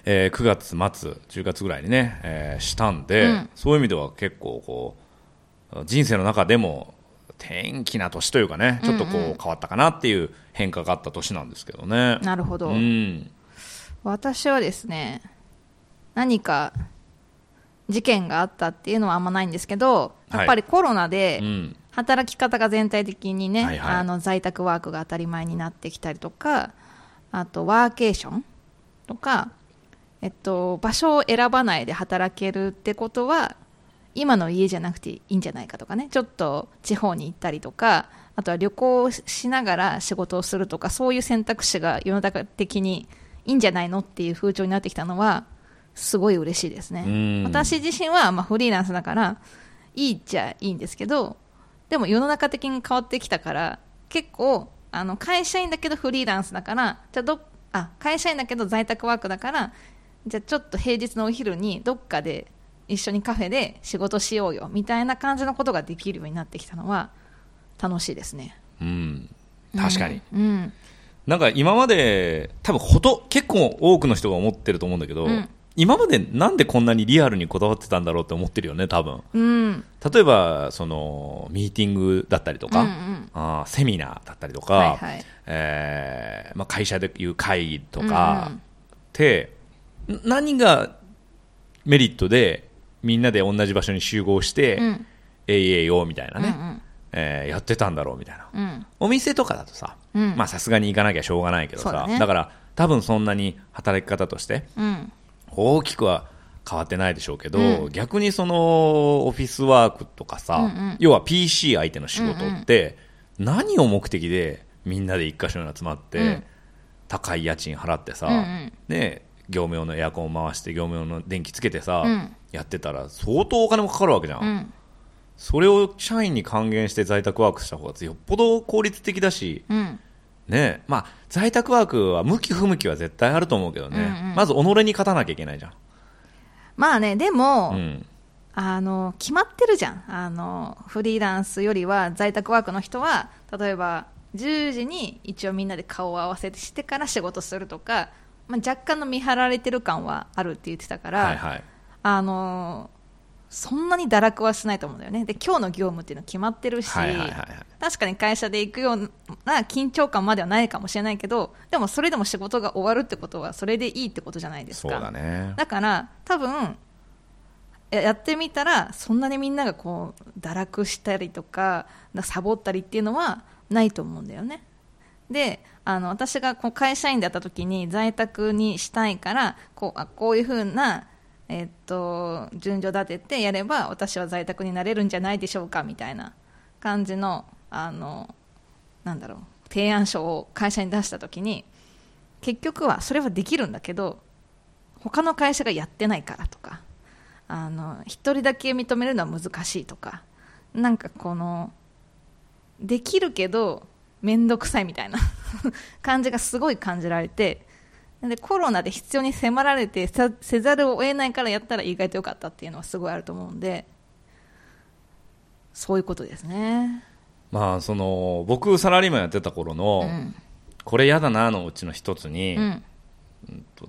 [SPEAKER 1] えー9月末10月ぐらいにね、えーしたんで、
[SPEAKER 2] うん
[SPEAKER 1] そういう意味では結構こう人生の中でも天気な年というかねちょっとこう変わったかなっていう変化があった年なんですけどね。
[SPEAKER 2] なるほど、
[SPEAKER 1] うん、
[SPEAKER 2] 私はですね何か事件があったっていうのはあんまないんですけど
[SPEAKER 1] はい
[SPEAKER 2] やっぱりコロナ
[SPEAKER 1] う
[SPEAKER 2] で
[SPEAKER 1] ん、
[SPEAKER 2] 働き方が全体的にね、
[SPEAKER 1] はいはい
[SPEAKER 2] あの在宅ワークが当たり前になってきたりとかあとワーケーションとか、えっと、場所を選ばないで働けるってことは今の家じゃなくていいんじゃないかとかねちょっと地方に行ったりとかあとは旅行をしながら仕事をするとかそういう選択肢が世の中的にいいんじゃないのっていう風潮になってきたのはすごい嬉しいです
[SPEAKER 1] う
[SPEAKER 2] ね
[SPEAKER 1] ん
[SPEAKER 2] 私自身はまあフリーランスだからいいっちゃいいんですけどでも世の中的に変わってきたから結構あの会社員だけどフリーランスだからじゃあどあ会社員だけど在宅ワークだからじゃあちょっと平日のお昼にどっかで一緒にカフェで仕事しようよみたいな感じのことができるようになってきたのは楽しいですね。
[SPEAKER 1] うん、確かに、
[SPEAKER 2] うん、
[SPEAKER 1] なんか今まで多分ほと結構多くの人が思ってると思うんだけど、
[SPEAKER 2] うん
[SPEAKER 1] 今までなんでこんなにリアルにこだわってたんだろうって思ってるよね多分
[SPEAKER 2] うん
[SPEAKER 1] 例えばそのミーティングだったりとか、
[SPEAKER 2] うんうん
[SPEAKER 1] あーセミナーだったりとか、
[SPEAKER 2] はいはい
[SPEAKER 1] えーまあ、会社でいう会議とか
[SPEAKER 2] うんうん
[SPEAKER 1] って、ん何がメリットでみんなで同じ場所に集合して、
[SPEAKER 2] うん
[SPEAKER 1] えいえいよみたいなね、
[SPEAKER 2] うんうん
[SPEAKER 1] えーやってたんだろうみたいな
[SPEAKER 2] うん
[SPEAKER 1] お店とかだとさ
[SPEAKER 2] うん
[SPEAKER 1] まあさすがに行かなきゃしょうがないけど
[SPEAKER 2] そう
[SPEAKER 1] さ
[SPEAKER 2] だ
[SPEAKER 1] だ,、
[SPEAKER 2] ね
[SPEAKER 1] から多分そんなに働き方として
[SPEAKER 2] うん
[SPEAKER 1] 大きくは変わってないでしょうけど、
[SPEAKER 2] う
[SPEAKER 1] 逆にそのオフィスワークとかさ、
[SPEAKER 2] うんうん
[SPEAKER 1] 要は PC 相手の仕事って、何を目的でみんなで一箇所に集まって、
[SPEAKER 2] うん
[SPEAKER 1] 高い家賃払ってさ、
[SPEAKER 2] うんうん
[SPEAKER 1] ね、業務用のエアコンを回して業務用の電気つけてさ、
[SPEAKER 2] うん
[SPEAKER 1] やってたら相当お金もかかるわけじゃん、
[SPEAKER 2] うん
[SPEAKER 1] それを社員に還元して在宅ワークした方がよっぽど効率的だし、
[SPEAKER 2] うん
[SPEAKER 1] ねまあ、在宅ワークは向き不向きは絶対あると思うけどね、
[SPEAKER 2] うんうん
[SPEAKER 1] まず己に勝たなきゃいけないじゃん。
[SPEAKER 2] まあねでも、
[SPEAKER 1] うん
[SPEAKER 2] あの決まってるじゃんあのフリーランスよりは在宅ワークの人は例えば10時に一応みんなで顔を合わせしてから仕事するとか、まあ、若干の見張られてる感はあるって言ってたから、
[SPEAKER 1] はいはい、
[SPEAKER 2] あのそんなに堕落はしないと思うんだよねで今日の業務っていうのは決まってるし、
[SPEAKER 1] はいはいはいはい
[SPEAKER 2] 確かに会社で行くような緊張感まではないかもしれないけどでもそれでも仕事が終わるってことはそれでいいってことじゃないです
[SPEAKER 1] そう
[SPEAKER 2] か。
[SPEAKER 1] だね
[SPEAKER 2] だから多分ややってみたらそんなにみんながこう堕落したりとかなサボったりっていうのはないと思うんだよね。であの私がこう会社員だった時に在宅にしたいからこうあこういうふうな、えっと順序立ててやれば私は在宅になれるんじゃないでしょうかみたいな感じのあのなんだろう提案書を会社に出した時に結局はそれはできるんだけど他の会社がやってないからとかあの一人だけ認めるのは難しいとかなんかこのできるけど面倒くさいみたいな 感じがすごい感じられてでコロナで必要に迫られてさせざるを得ないからやったら意外と良かったっていうのはすごいあると思うんでそういうことですね。
[SPEAKER 1] まあその僕サラリーマンやってた頃
[SPEAKER 2] う
[SPEAKER 1] の、
[SPEAKER 2] ん
[SPEAKER 1] これやだなのうちの一つに、
[SPEAKER 2] うん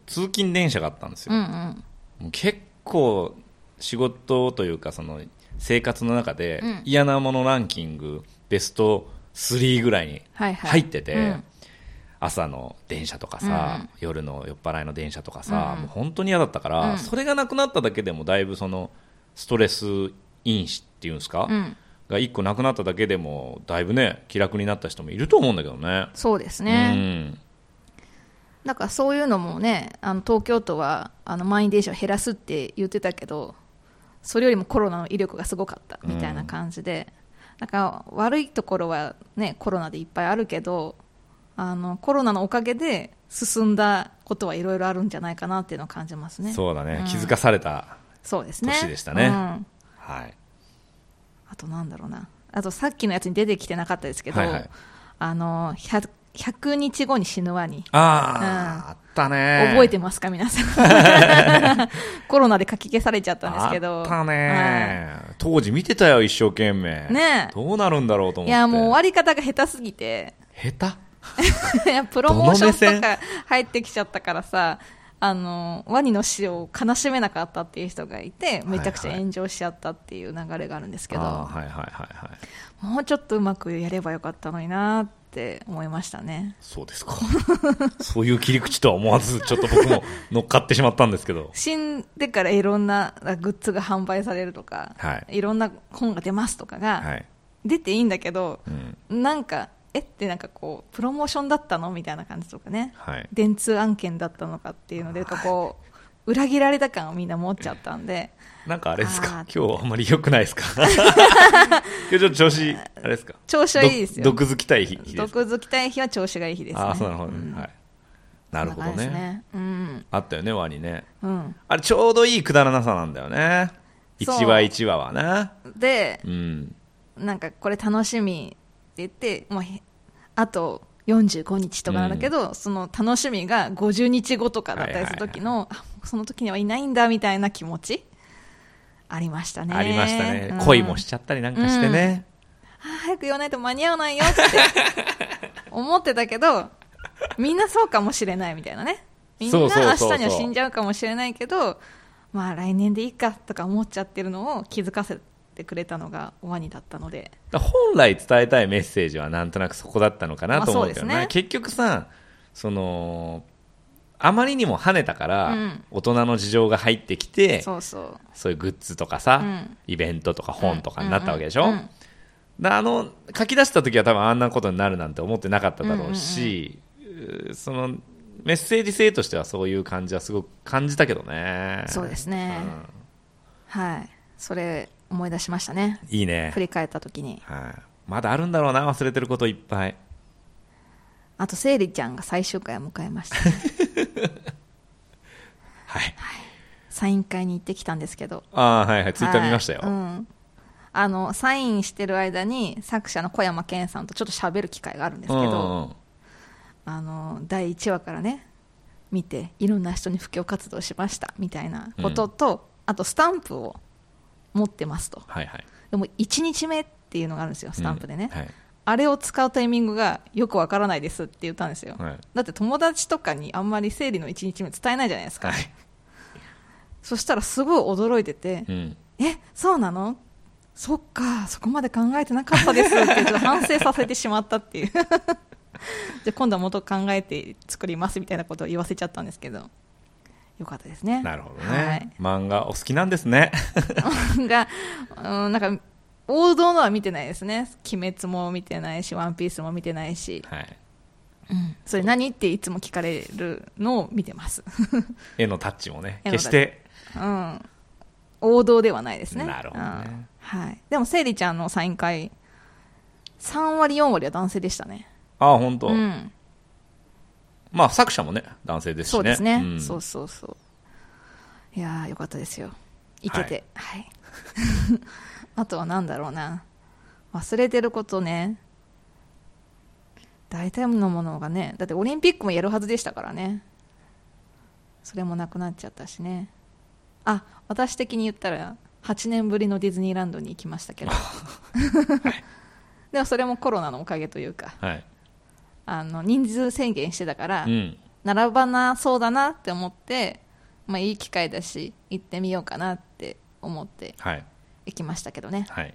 [SPEAKER 1] 通勤電車があったんです
[SPEAKER 2] う
[SPEAKER 1] よ、
[SPEAKER 2] ん
[SPEAKER 1] もう結構仕事というかその生活の中で
[SPEAKER 2] うん
[SPEAKER 1] 嫌なものランキングベスト3ぐらいに
[SPEAKER 2] はいはい
[SPEAKER 1] 入ってて、
[SPEAKER 2] うん
[SPEAKER 1] 朝の電車とかさ、
[SPEAKER 2] うんうん
[SPEAKER 1] 夜の酔っ払いの電車とかさ、
[SPEAKER 2] うんうん
[SPEAKER 1] もう本当に嫌だったから、
[SPEAKER 2] うん
[SPEAKER 1] それがなくなっただけでもだいぶそのストレス因子っていうんですか、
[SPEAKER 2] うん
[SPEAKER 1] が1個なくなっただけでもだいぶね気楽になった人もいると思うんだけどね。
[SPEAKER 2] そうですね。
[SPEAKER 1] うん
[SPEAKER 2] なんかそういうのもねあの東京都はあの満員電車を減らすって言ってたけどそれよりもコロナの威力がすごかったみたいな感じで、なんか悪いところは、ね、コロナでいっぱいあるけどあのコロナのおかげで進んだことはいろいろあるんじゃないかなっていうのを感じますね。
[SPEAKER 1] そうだね、
[SPEAKER 2] ん
[SPEAKER 1] 気づかされた、
[SPEAKER 2] そうですね
[SPEAKER 1] 年でしたね
[SPEAKER 2] うん
[SPEAKER 1] はい、
[SPEAKER 2] あとなんだろうなあとさっきのやつに出てきてなかったですけど、
[SPEAKER 1] はいはい
[SPEAKER 2] あの 100, 100日後に死ぬワニ
[SPEAKER 1] ああ、あったね
[SPEAKER 2] 覚えてますか、皆さん。 コロナで書き消されちゃったんですけ
[SPEAKER 1] あ
[SPEAKER 2] ど。
[SPEAKER 1] ったね、当時見てたよ一生懸命
[SPEAKER 2] ねえ
[SPEAKER 1] どうなるんだろうと思っ
[SPEAKER 2] はい。
[SPEAKER 1] て
[SPEAKER 2] いや、もう終わり方が下手すぎて、
[SPEAKER 1] 下
[SPEAKER 2] いやプロモーシ
[SPEAKER 1] どの
[SPEAKER 2] ョ
[SPEAKER 1] 目線
[SPEAKER 2] ンとか入ってきちゃったからさ、あの、ワニの死を悲しめなかったっていう人がいて、めちゃくちゃ炎上しちゃったっていう流れがあるんです
[SPEAKER 1] 手
[SPEAKER 2] けど、
[SPEAKER 1] あーはいはいはいはい
[SPEAKER 2] もうちょっとうまくやればよかったのになって思いましたね。
[SPEAKER 1] そうですか そういう切り口とは思わずちょっと僕も乗っかってしまったんですけ ど
[SPEAKER 2] 死んでからいろんなグッズが販売されるとか、、
[SPEAKER 1] はい
[SPEAKER 2] ろんな本が出ますとか
[SPEAKER 1] は
[SPEAKER 2] が、
[SPEAKER 1] い、
[SPEAKER 2] 出ていいんだけど、
[SPEAKER 1] うん
[SPEAKER 2] なんか、えってなんかこう、プロモーションだったのみたいな感じとかね、
[SPEAKER 1] はい、
[SPEAKER 2] 電通案件だったのかっていうので、なんかこう、裏切られた感をみんな持っちゃったん で、
[SPEAKER 1] なんかあれです
[SPEAKER 2] あ
[SPEAKER 1] か今
[SPEAKER 2] ー
[SPEAKER 1] 日はあんまり良くないで すか今日ちょっと調子あれですか
[SPEAKER 2] 調子はいいですよ
[SPEAKER 1] ど毒づきたい日です
[SPEAKER 2] 毒づきたい日は調子がいい日ですね。
[SPEAKER 1] ああそうなるほどね、
[SPEAKER 2] うん
[SPEAKER 1] はい、なるほど
[SPEAKER 2] そん
[SPEAKER 1] ね
[SPEAKER 2] 感じですうん。
[SPEAKER 1] あったよねワニね
[SPEAKER 2] うん。
[SPEAKER 1] あれちょうどいいくだらなさなんだよね
[SPEAKER 2] そう
[SPEAKER 1] 1話1話はな
[SPEAKER 2] で、
[SPEAKER 1] うん
[SPEAKER 2] なんかこれ楽しみって言って、まあ、へあと45日とかなんだけど、その楽しみが50日後とかだったりする時の、あその時にはいないんだみたいな気持ちありましたね
[SPEAKER 1] ありましたね、
[SPEAKER 2] うん
[SPEAKER 1] 恋もしちゃったりなんかしてね、
[SPEAKER 2] あー早く言わないと間に合わないよって思ってたけどみんなそうかもしれないみたいなねみんな
[SPEAKER 1] そ
[SPEAKER 2] 明
[SPEAKER 1] うそうそうそう
[SPEAKER 2] 日には死んじゃうかもしれないけどまあ来年でいいかとか思っちゃってるのを気づかせてくれたのがワニだったので
[SPEAKER 1] だから本来伝えたいメッセージはなんとなくそこだったのかなと思うけどね,、
[SPEAKER 2] まあそうですね
[SPEAKER 1] 結局さそのあまりにも跳ねたから、
[SPEAKER 2] うん
[SPEAKER 1] 大人の事情が入ってきてそう
[SPEAKER 2] そうそう
[SPEAKER 1] いうグッズとかさ、
[SPEAKER 2] うん
[SPEAKER 1] イベントとか本とかになったわけでしょ、
[SPEAKER 2] うんうん
[SPEAKER 1] だあの書き出した時は多分あんなことになるなんて思ってなかっただろうし、うーそのメッセージ性としてはそういう感じはすごく感じたけどね
[SPEAKER 2] そうですね
[SPEAKER 1] うん
[SPEAKER 2] はいそれ思い出しましたね
[SPEAKER 1] いいね
[SPEAKER 2] 振、り返った時に
[SPEAKER 1] はい、まだあるんだろうな忘れてることいっぱい
[SPEAKER 2] あとセイリちゃんが最終回を迎え ました
[SPEAKER 1] はい
[SPEAKER 2] サイン会に行ってきたんですけど
[SPEAKER 1] ああはいはいツイッター見ましたよ、
[SPEAKER 2] はいうん、あのサインしてる間に作者の小山健さんとちょっと喋る機会があるんですけ
[SPEAKER 1] う
[SPEAKER 2] ど、
[SPEAKER 1] んうんうん
[SPEAKER 2] あの第1話からね見ていろんな人に布教活動しましたみたいなことと、あとスタンプを持ってますと
[SPEAKER 1] はいはい
[SPEAKER 2] でも1日目っていうのがあるんですよスタンプでね、
[SPEAKER 1] うんはい
[SPEAKER 2] あれを使うタイミングがよくわからないですって言ったんですよ、
[SPEAKER 1] はい
[SPEAKER 2] だって友達とかにあんまり生理の1日目伝えないじゃないですか、
[SPEAKER 1] はい
[SPEAKER 2] そしたらすごい驚いてて、
[SPEAKER 1] うん
[SPEAKER 2] えそうなのそっかそこまで考えてなかったですってちょっと反省させてしまったっていう じゃあ今度はもっと考えて作りますみたいなことを言わせちゃったんですけどよかったですね
[SPEAKER 1] なるほどね、漫画お好きなんですね
[SPEAKER 2] はい、 が、うん、なんか王道のは見てないですね「鬼滅」も見てないし「ワンピースも見てないし
[SPEAKER 1] はい
[SPEAKER 2] 「それ何?」っていつも聞かれるのを見てます、
[SPEAKER 1] 絵のタッチもね
[SPEAKER 2] 絵の
[SPEAKER 1] 決
[SPEAKER 2] タッチ
[SPEAKER 1] して
[SPEAKER 2] うん、王道ではないですね
[SPEAKER 1] なるほどね
[SPEAKER 2] うんはい、でもせいりちゃんのサイン会3割4割は男性でしたね
[SPEAKER 1] ああ本当、
[SPEAKER 2] うん、
[SPEAKER 1] まあ作者もね男性ですしね
[SPEAKER 2] そうですね、
[SPEAKER 1] ん
[SPEAKER 2] そうそうそういやーよかったですよいけてはい、 あとは何だろうな忘れてることね大体のものがねだってオリンピックもやるはずでしたからねそれもなくなっちゃったしねあ私的に言ったら8年ぶりのディズニーランドに行きました けど でもそれもコロナのおかげというか
[SPEAKER 1] はい
[SPEAKER 2] あの人数制限してたから、
[SPEAKER 1] うん
[SPEAKER 2] 並ばなそうだなって思って、まあ、いい機会だし行ってみようかなって思って
[SPEAKER 1] はい
[SPEAKER 2] 行きましたけどね、
[SPEAKER 1] はい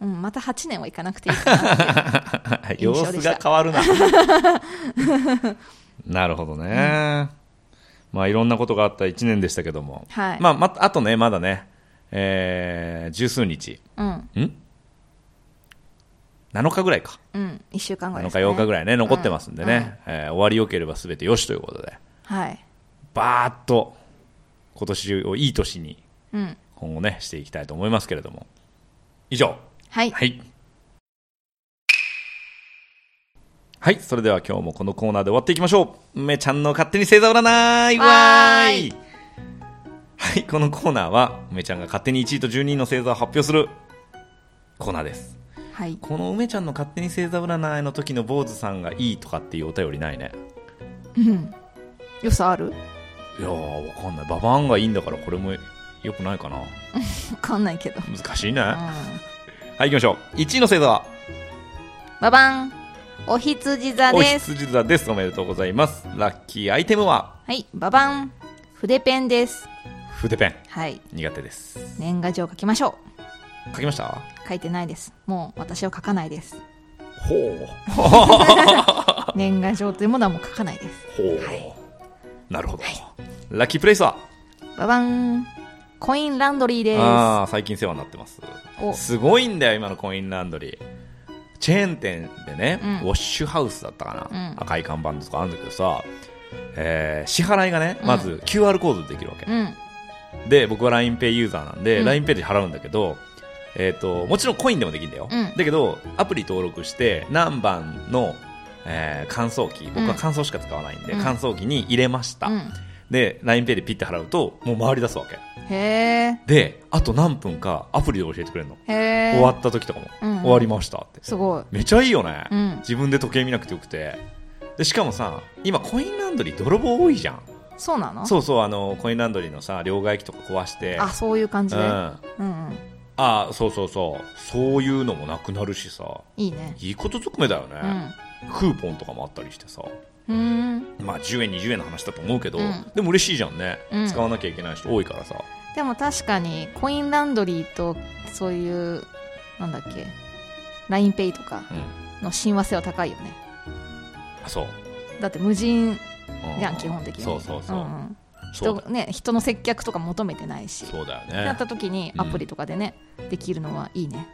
[SPEAKER 2] うん、また8年は行かなくていいかなって印
[SPEAKER 1] 様
[SPEAKER 2] 象でし
[SPEAKER 1] 子
[SPEAKER 2] た
[SPEAKER 1] が変わるなな るほどね、まあいろんなことがあった1年でしたけども、
[SPEAKER 2] はい
[SPEAKER 1] まあ、まあとねまだね、えー十数日
[SPEAKER 2] うん
[SPEAKER 1] ん7日ぐらいか
[SPEAKER 2] うん1週間ぐらい
[SPEAKER 1] 7
[SPEAKER 2] です、
[SPEAKER 1] 日
[SPEAKER 2] ね、
[SPEAKER 1] 8日ぐ
[SPEAKER 2] らい
[SPEAKER 1] らいね残ってますんでね、えー終わりよければ全てよしということで
[SPEAKER 2] はい、
[SPEAKER 1] バーッと今年をいい年に
[SPEAKER 2] うん、
[SPEAKER 1] 今後ねしていきたいと思いますけれども以上
[SPEAKER 2] はい
[SPEAKER 1] はい。はい、それでは今日もこのコーナーで終わっていきましょう。梅ちゃんの勝手に星座占い
[SPEAKER 2] わーい
[SPEAKER 1] はい、このコーナーは梅ちゃんが勝手に1位と12位の星座を発表するコーナーです。
[SPEAKER 2] はい
[SPEAKER 1] この梅ちゃんの勝手に星座占いの時の坊主さんがいいとかっていうお便りないね。
[SPEAKER 2] うん良さある
[SPEAKER 1] いやー、わかんない。ババーンがいいんだからこれも良くないかな。
[SPEAKER 2] わかんないけど、うん、
[SPEAKER 1] 難しいね。はい、行きましょう。1位の星座は
[SPEAKER 2] ババンおひつじ座
[SPEAKER 1] お
[SPEAKER 2] です
[SPEAKER 1] 羊座です。おめでとうございます。ラッキーアイテムは
[SPEAKER 2] はいババン筆ペンです
[SPEAKER 1] 筆ペン
[SPEAKER 2] はい
[SPEAKER 1] 苦手です
[SPEAKER 2] 年賀状書きましょ
[SPEAKER 1] 書きました
[SPEAKER 2] う書いてないですもう私は書かないです
[SPEAKER 1] ほう
[SPEAKER 2] 年賀状というものはもう書かないです
[SPEAKER 1] ほう、なるほど、ラッキープレイスは
[SPEAKER 2] ババンコインランドリーです
[SPEAKER 1] ああ最近世話になってます
[SPEAKER 2] お
[SPEAKER 1] すごいんだよ今のコインランドリーチェーン店でね、
[SPEAKER 2] うん
[SPEAKER 1] ウォッシュハウスだったかな、
[SPEAKER 2] うん
[SPEAKER 1] 赤い看板とかあるんだけどさ、えー支払いがねまず QR コードでできるわけ、
[SPEAKER 2] うん
[SPEAKER 1] で僕は LINEPay ユーザーなんで、
[SPEAKER 2] うん
[SPEAKER 1] LINEPay で払うんだけど、えー、ともちろんコインでもできるんだよ、
[SPEAKER 2] うん
[SPEAKER 1] だけどアプリ登録して何番の、えー乾燥機僕は乾燥しか使わないんで、
[SPEAKER 2] うん
[SPEAKER 1] 乾燥機に入れました、
[SPEAKER 2] うん
[SPEAKER 1] で LINEPay でピッて払うともう回り出すわけ
[SPEAKER 2] へ
[SPEAKER 1] であと何分かアプリで教えてくれるの、
[SPEAKER 2] えへえ
[SPEAKER 1] 終わった時とかも、
[SPEAKER 2] うん
[SPEAKER 1] 終わりましたって
[SPEAKER 2] すごい
[SPEAKER 1] めちゃいいよね、
[SPEAKER 2] うん
[SPEAKER 1] 自分で時計見なくてよくてでしかもさ今コインランドリー泥棒多いじゃん
[SPEAKER 2] そうなの
[SPEAKER 1] そうそうあのコインランドリーのさ両替機とか壊して
[SPEAKER 2] あそういう感じ
[SPEAKER 1] う
[SPEAKER 2] で
[SPEAKER 1] ん、
[SPEAKER 2] うんうん
[SPEAKER 1] ああそうそうそうそういうのもなくなるしさ
[SPEAKER 2] いいね
[SPEAKER 1] いいことずくめだよ
[SPEAKER 2] うん
[SPEAKER 1] ね、クーポンとかもあったりしてさ
[SPEAKER 2] うん
[SPEAKER 1] まあ10円20円の話だと思うけど、
[SPEAKER 2] うん
[SPEAKER 1] でも嬉しいじゃんね、
[SPEAKER 2] うん
[SPEAKER 1] 使わなきゃいけない人多いからさ
[SPEAKER 2] でも確かにコインランドリーとそういうなんだっけ LINEPay とか
[SPEAKER 1] うん
[SPEAKER 2] の親和性は高いよね
[SPEAKER 1] あそう
[SPEAKER 2] だって無人
[SPEAKER 1] うん
[SPEAKER 2] じゃん基本的に
[SPEAKER 1] そうそうそう、
[SPEAKER 2] んん
[SPEAKER 1] そう
[SPEAKER 2] 人
[SPEAKER 1] だ
[SPEAKER 2] ね、人の接客とか求めてないし
[SPEAKER 1] そうだよ
[SPEAKER 2] ってな
[SPEAKER 1] ね
[SPEAKER 2] った時に
[SPEAKER 1] うん
[SPEAKER 2] アプリとかでね、できるのはいいね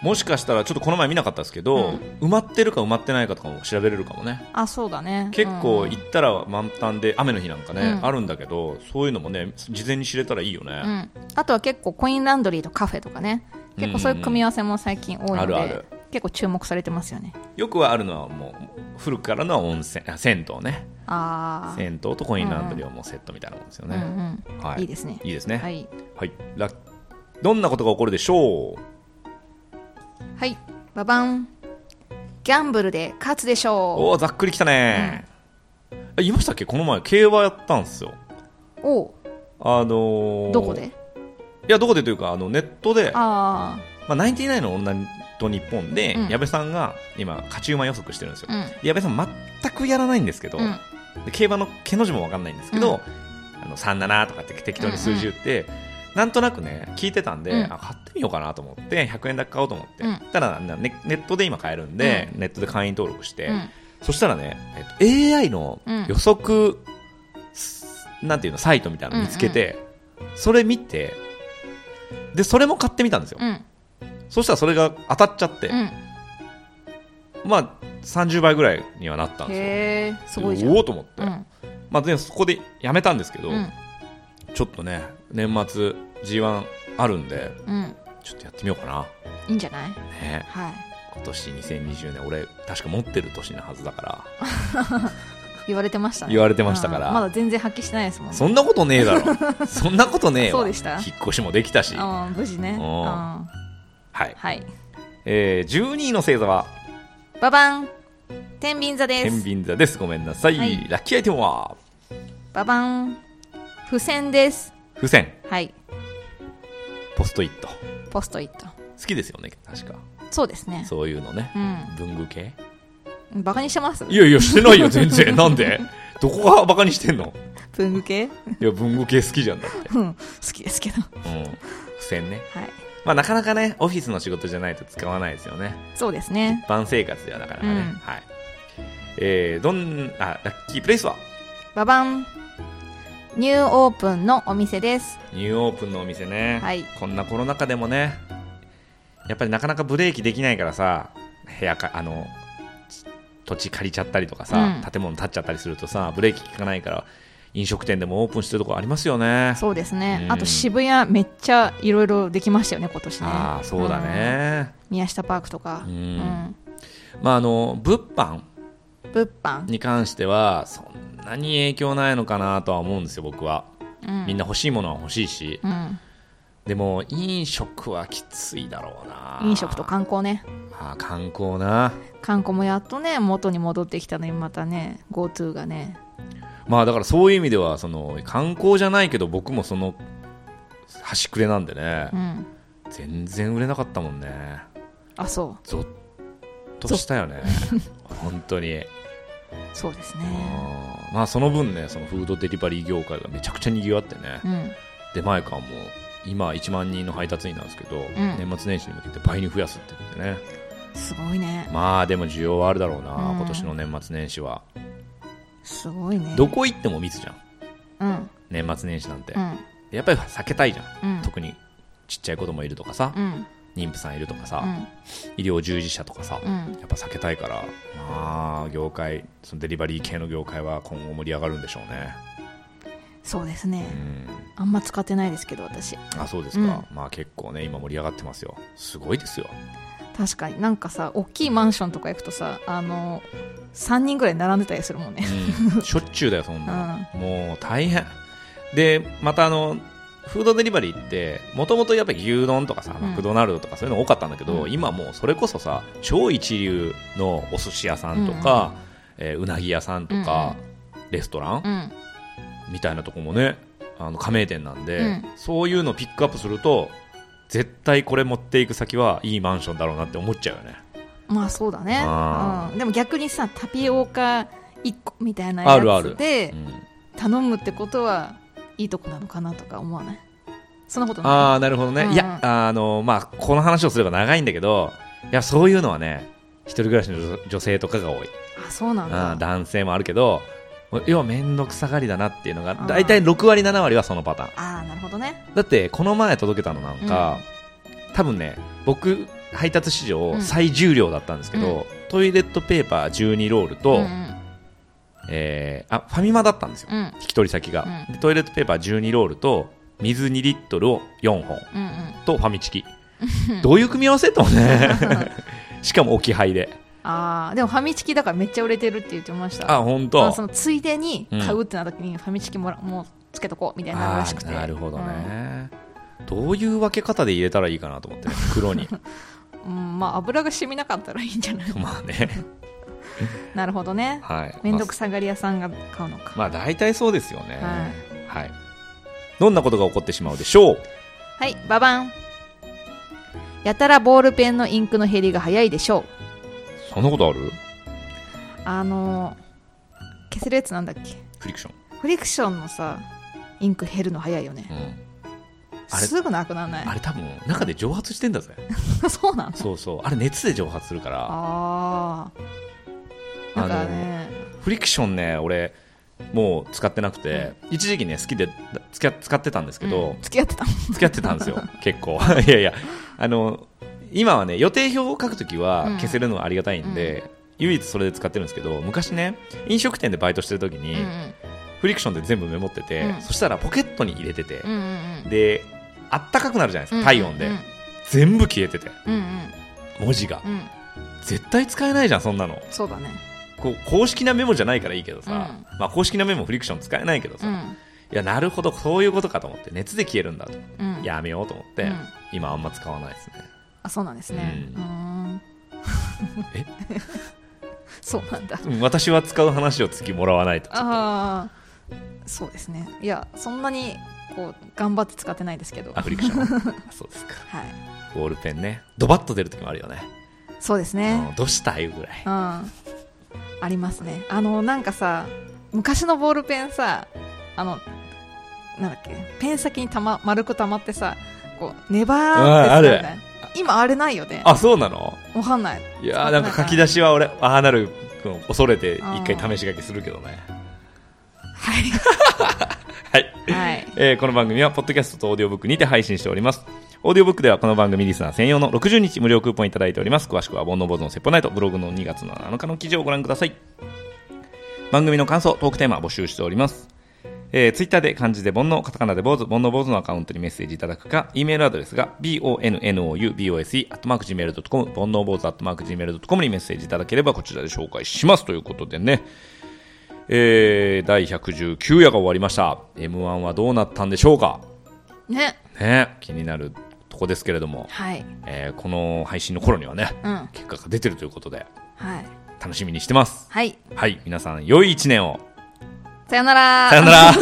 [SPEAKER 1] もしかしたらちょっとこの前見なかったですけど、
[SPEAKER 2] うん
[SPEAKER 1] 埋まってるか埋まってないかとかも調べれるかもね
[SPEAKER 2] あそうだね
[SPEAKER 1] 結構
[SPEAKER 2] うん
[SPEAKER 1] 行ったら満タンで雨の日なんかね、
[SPEAKER 2] うん
[SPEAKER 1] あるんだけどそういうのもね事前に知れたらいいよね、
[SPEAKER 2] うん、あとは結構コインランドリーとカフェとかね結構そういう組み合わせも最近多いので、
[SPEAKER 1] あるある
[SPEAKER 2] 結構注目されてますよね
[SPEAKER 1] よくはあるのはもう古くからの温泉あ銭湯ね
[SPEAKER 2] ああ、
[SPEAKER 1] 銭湯とコインランドリーはもうセットみたいなもんですよ
[SPEAKER 2] うんう
[SPEAKER 1] ね、
[SPEAKER 2] ん
[SPEAKER 1] はい
[SPEAKER 2] いですね
[SPEAKER 1] いいですね
[SPEAKER 2] は
[SPEAKER 1] はい、
[SPEAKER 2] い
[SPEAKER 1] らどんなことが起こるでしょう
[SPEAKER 2] はいババンギャンブルで勝つでしょ
[SPEAKER 1] おおざっくりきたね、え言いましたっけこの前競馬やったんですよ
[SPEAKER 2] うおう
[SPEAKER 1] あのー
[SPEAKER 2] どこで
[SPEAKER 1] いやどこでというかあのネットで
[SPEAKER 2] あ
[SPEAKER 1] まあ、ナインティナインの女と日本で、
[SPEAKER 2] うん
[SPEAKER 1] 矢部さんが今勝ち馬予測してるんですよ、
[SPEAKER 2] うん
[SPEAKER 1] 矢部さん全くやらないんですけ
[SPEAKER 2] あ
[SPEAKER 1] ど、
[SPEAKER 2] うん
[SPEAKER 1] で競馬の毛の字も分かんないんですけど、あの37とかって適当に数字言って、なんとなくね聞いてたんで、
[SPEAKER 2] うん
[SPEAKER 1] あ買ってみようかなと思って100円だけ買おうと思って、
[SPEAKER 2] うん
[SPEAKER 1] ただなネネットで今買えるんで、ネットで会員登録して、
[SPEAKER 2] うん
[SPEAKER 1] そしたらね、えっと、AI の予測、すなんていうのサイトみたいなの見つけて、それ見てでそれも買ってみたんですよ、
[SPEAKER 2] うん
[SPEAKER 1] そしたらそれが当たっちゃって、
[SPEAKER 2] うん
[SPEAKER 1] まあ30倍ぐらいにはなったんですよ
[SPEAKER 2] へえすごいじゃん
[SPEAKER 1] おおと思って、
[SPEAKER 2] うん
[SPEAKER 1] まあ、でそこでやめたんですけど、
[SPEAKER 2] うん
[SPEAKER 1] ちょっとね年末 g 1あるんで
[SPEAKER 2] うん
[SPEAKER 1] ちょっとやってみようか
[SPEAKER 2] いいんじゃない
[SPEAKER 1] な、ね、
[SPEAKER 2] はい
[SPEAKER 1] 今年2020年俺確か持ってる年のはずだから
[SPEAKER 2] 言われてましたね
[SPEAKER 1] 言われてましたから
[SPEAKER 2] うんまだ全然発揮してないですもんね
[SPEAKER 1] そんなことねえだ ろそんなことねえわ
[SPEAKER 2] そうでした
[SPEAKER 1] 引っ越しもできたし、は
[SPEAKER 2] うん無事ね
[SPEAKER 1] う
[SPEAKER 2] うんん
[SPEAKER 1] い
[SPEAKER 2] はい
[SPEAKER 1] えー、12位の星座は
[SPEAKER 2] ババン天秤座です
[SPEAKER 1] 天秤座ですごめんなさい、
[SPEAKER 2] はい
[SPEAKER 1] ラッキーアイテムは
[SPEAKER 2] ババン付箋です
[SPEAKER 1] 付箋
[SPEAKER 2] はい
[SPEAKER 1] ポストイット好
[SPEAKER 2] ポストイット
[SPEAKER 1] きですよね確か
[SPEAKER 2] そうですね
[SPEAKER 1] そういうのね
[SPEAKER 2] うん
[SPEAKER 1] 文具系
[SPEAKER 2] バカにしてます
[SPEAKER 1] いやいや、してないよ、全然。なんでどこがバカにしてんの
[SPEAKER 2] 文具系
[SPEAKER 1] いや、文具系好きじゃんだって。
[SPEAKER 2] うん好きですけど
[SPEAKER 1] うん。付箋ね。
[SPEAKER 2] はい
[SPEAKER 1] まあ、なかなかね、オフィスの仕事じゃないと使わないですよね。
[SPEAKER 2] そうですね
[SPEAKER 1] 一般生活ではなかなかね。
[SPEAKER 2] うん
[SPEAKER 1] はい。えー、どん、あ、ラッキープレイスは
[SPEAKER 2] ババンニューオープンのお店です
[SPEAKER 1] ニューオープンのお店ね。
[SPEAKER 2] はい
[SPEAKER 1] こんなコロナ禍でもね、やっぱりなかなかブレーキできないからさ、部屋か、あの、土地借りちゃったりとかさ、
[SPEAKER 2] うん
[SPEAKER 1] 建物建っちゃったりするとさ、ブレーキ効かないから、飲食店でもオープンしてるとこありますよね。
[SPEAKER 2] そうですね
[SPEAKER 1] うん
[SPEAKER 2] あと渋谷めっちゃいろいろできましたよね今年ね
[SPEAKER 1] ああそうだね、
[SPEAKER 2] うん宮下パークとか
[SPEAKER 1] うん
[SPEAKER 2] うん
[SPEAKER 1] まああの物販
[SPEAKER 2] 物販
[SPEAKER 1] に関してはそんなに影響ないのかなとは思うんですよ僕は、
[SPEAKER 2] うん
[SPEAKER 1] みんな欲しいものは欲しいし
[SPEAKER 2] うん
[SPEAKER 1] でも飲食はきついだろうな
[SPEAKER 2] 飲食と観光ね
[SPEAKER 1] ああ観光な
[SPEAKER 2] 観光もやっとね元に戻ってきたのにまたね GoTo がね
[SPEAKER 1] まあだからそういう意味ではその観光じゃないけど僕もその端くれなんでね
[SPEAKER 2] う、ん
[SPEAKER 1] 全然売れなかったもんね
[SPEAKER 2] あそ
[SPEAKER 1] ゾッとしたよね本当に
[SPEAKER 2] うそうですね
[SPEAKER 1] あーまあその分ねそのフードデリバリー業界がめちゃくちゃにぎわってね、
[SPEAKER 2] うん
[SPEAKER 1] 出前館も今1万人の配達員なんですけど、年末年始に向けて倍に増やすって言ってね
[SPEAKER 2] すごいね
[SPEAKER 1] まあでも需要はあるだろうな、
[SPEAKER 2] うん
[SPEAKER 1] 今年の年末年始は
[SPEAKER 2] すごいね
[SPEAKER 1] どこ行っても密じゃん
[SPEAKER 2] うん
[SPEAKER 1] 年末年始なんて、
[SPEAKER 2] うん
[SPEAKER 1] やっぱり避けたいじゃん、
[SPEAKER 2] うん
[SPEAKER 1] 特にちっちゃい子供いるとかさ、
[SPEAKER 2] うん
[SPEAKER 1] 妊婦さんいるとかさ、
[SPEAKER 2] うん
[SPEAKER 1] 医療従事者とかさ、
[SPEAKER 2] うん
[SPEAKER 1] やっぱ避けたいからまあ業界そのデリバリー系の業界は今後盛り上がるんでしょうね
[SPEAKER 2] そうですね
[SPEAKER 1] うん
[SPEAKER 2] あんま使ってないですけど私
[SPEAKER 1] あそうですか、まあ結構ね今盛り上がってますよすごいですよ
[SPEAKER 2] 確かになんかさ大きいマンションとか行くとさあの3人ぐらい並んでたりするもんね
[SPEAKER 1] うんしょっちゅうだよ、そんなの、もう大変。で、またあの、フードデリバリーって、もともとやっぱり牛丼とかさ、
[SPEAKER 2] うん
[SPEAKER 1] マクドナルドとかそういうの多かったんだけど、
[SPEAKER 2] うん
[SPEAKER 1] 今もうそれこそさ、超一流のお寿司屋さんとか、うえーうなぎ屋さんとか、レストラン、
[SPEAKER 2] うん
[SPEAKER 1] みたいなとこもね、あの加盟店なんで、
[SPEAKER 2] うん
[SPEAKER 1] そういうのピックアップすると、絶対これ持っていく先はいいマンションだろうなって思っちゃうよね。
[SPEAKER 2] まあそうだね
[SPEAKER 1] あー
[SPEAKER 2] うんでも逆にさタピオカ1個みたいな
[SPEAKER 1] あるあ
[SPEAKER 2] や
[SPEAKER 1] る
[SPEAKER 2] つで
[SPEAKER 1] うん
[SPEAKER 2] 頼むってことはいいとこなのかなとか思わないそんなことない
[SPEAKER 1] ああなるほどね、
[SPEAKER 2] うん
[SPEAKER 1] いやあのまあこの話をすれば長いんだけどいやそういうのはね一人暮らしの女女性とかが多い、
[SPEAKER 2] あそうなんだ
[SPEAKER 1] うん男性もあるけど要は面倒くさがりだなっていうのが
[SPEAKER 2] ー
[SPEAKER 1] 大体6割7割はそのパターン
[SPEAKER 2] ああなるほどね
[SPEAKER 1] だってこの前届けたのなんか、多分ね僕配達史上
[SPEAKER 2] うん
[SPEAKER 1] 最重量だったんですけど、トイレットペーパー12ロールと、
[SPEAKER 2] うんうん
[SPEAKER 1] えーあファミマだったんですよ、
[SPEAKER 2] うん
[SPEAKER 1] 引き取り先が、
[SPEAKER 2] う
[SPEAKER 1] でトイレットペーパー12ロールと水2リットルを4本
[SPEAKER 2] うんうん
[SPEAKER 1] とファミチキどういう組み合わせとも ねしかも置き配で
[SPEAKER 2] ああでもファミチキだからめっちゃ売れてるって言ってました
[SPEAKER 1] あ本
[SPEAKER 2] ま
[SPEAKER 1] 当
[SPEAKER 2] あそのついでに買うってなった時にファミチキもらもうつけとこうみたいになるら
[SPEAKER 1] あ
[SPEAKER 2] しく
[SPEAKER 1] ー
[SPEAKER 2] て
[SPEAKER 1] なるほどね、どういう分け方で入れたらいいかなと思って、ね、袋 に
[SPEAKER 2] うん、うんまあ油が染みなかったらいいんじゃない
[SPEAKER 1] まあね
[SPEAKER 2] なるほどね
[SPEAKER 1] はい
[SPEAKER 2] 面倒くさがり屋さんが買うのか
[SPEAKER 1] まあ大体そうですよね。
[SPEAKER 2] は
[SPEAKER 1] はい。どんなことが起こってしまうでしょう
[SPEAKER 2] はいババンやたらボールペンのインクの減りが早いでしょう
[SPEAKER 1] そんなことある
[SPEAKER 2] あのー消せるやつなんだっけ
[SPEAKER 1] フリクション。
[SPEAKER 2] フリクションのさインク減るの早いよね
[SPEAKER 1] うん。あれ
[SPEAKER 2] すぐなくならない
[SPEAKER 1] あれ多分、中で蒸発してんだぜ。
[SPEAKER 2] そうなの
[SPEAKER 1] そうそう。あれ熱で蒸発するから。
[SPEAKER 2] ああなんかね
[SPEAKER 1] フリクションね、俺、もう使ってなくて、一時期ね、好きでつきあ使ってたんですけど、
[SPEAKER 2] うん付き合ってたもん
[SPEAKER 1] 付き合ってたん ですよ、結構。 いやいや、あの、今はね、予定表を書くときは
[SPEAKER 2] うん
[SPEAKER 1] 消せるのはありがたいんで、唯一それで使ってるんですけど、昔ね、飲食店でバイトしてるときに、
[SPEAKER 2] うん
[SPEAKER 1] フリクションで全部メモってて、
[SPEAKER 2] うん
[SPEAKER 1] そしたらポケットに入れてて、
[SPEAKER 2] うんうん
[SPEAKER 1] であったかくなるじゃないです
[SPEAKER 2] うん
[SPEAKER 1] か体温で、
[SPEAKER 2] うん
[SPEAKER 1] 全部消えてて
[SPEAKER 2] うんうん
[SPEAKER 1] 文字が、
[SPEAKER 2] うんうん
[SPEAKER 1] 絶対使えないじゃんそんなの
[SPEAKER 2] そうだね
[SPEAKER 1] こう公式なメモじゃないからいいけどさ、
[SPEAKER 2] う
[SPEAKER 1] まあ、公式なメモフリクション使えないけど
[SPEAKER 2] う
[SPEAKER 1] さ、い
[SPEAKER 2] ん
[SPEAKER 1] やなるほどそういうことかと思って熱で消えるんだと、
[SPEAKER 2] うん
[SPEAKER 1] やめようと思って、
[SPEAKER 2] うん
[SPEAKER 1] 今あんま使わないですね
[SPEAKER 2] あそうなんですね
[SPEAKER 1] うん
[SPEAKER 2] うーん
[SPEAKER 1] え
[SPEAKER 2] そうなんだ
[SPEAKER 1] うん私は使う話を月もらわないと
[SPEAKER 2] ああそうですねいやそんなにこう頑張って使ってないですけど
[SPEAKER 1] あ
[SPEAKER 2] は
[SPEAKER 1] フリクションあ そうですか
[SPEAKER 2] い
[SPEAKER 1] ボールペンねドバッと出る時もあるよね
[SPEAKER 2] そうです
[SPEAKER 1] う
[SPEAKER 2] ね
[SPEAKER 1] んどうしたいうぐらい
[SPEAKER 2] うんありますねあのなんかさ昔のボールペンさあのなんだっけペン先にたま丸くたまってさこうネバーって
[SPEAKER 1] あーある
[SPEAKER 2] するじゃない今あれないよね
[SPEAKER 1] あそうなの
[SPEAKER 2] わかんない
[SPEAKER 1] いやーなんか書き出しは俺ああなるのを恐れて一回試し書きするけどね
[SPEAKER 2] はい
[SPEAKER 1] はい、
[SPEAKER 2] はい
[SPEAKER 1] えーこの番組はポッドキャストとオーディオブックにて配信しておりますオーディオブックではこの番組リスナー専用の60日無料クーポンいただいております詳しくは「煩悩坊主のセッポナイト」ブログの2月の7日の記事をご覧ください番組の感想トークテーマ募集しておりますえー、ツイッターで漢字で煩悩、カタカナで坊主、煩悩坊主のアカウントにメッセージいただくか、e メールアドレスが bonoubose.gmail.com、煩悩坊主 .gmail.com にメッセージいただければこちらで紹介しますということでね、えー、第119夜が終わりました。M1 はどうなったんでしょうか
[SPEAKER 2] ね
[SPEAKER 1] ね、気になるとこですけれども、
[SPEAKER 2] はい
[SPEAKER 1] えーこの配信の頃にはね、
[SPEAKER 2] うん
[SPEAKER 1] 結果が出てるということで、
[SPEAKER 2] はい
[SPEAKER 1] 楽しみにしてます。
[SPEAKER 2] はい
[SPEAKER 1] はい、皆さん、良い一年を。
[SPEAKER 2] さよなら
[SPEAKER 1] さよなら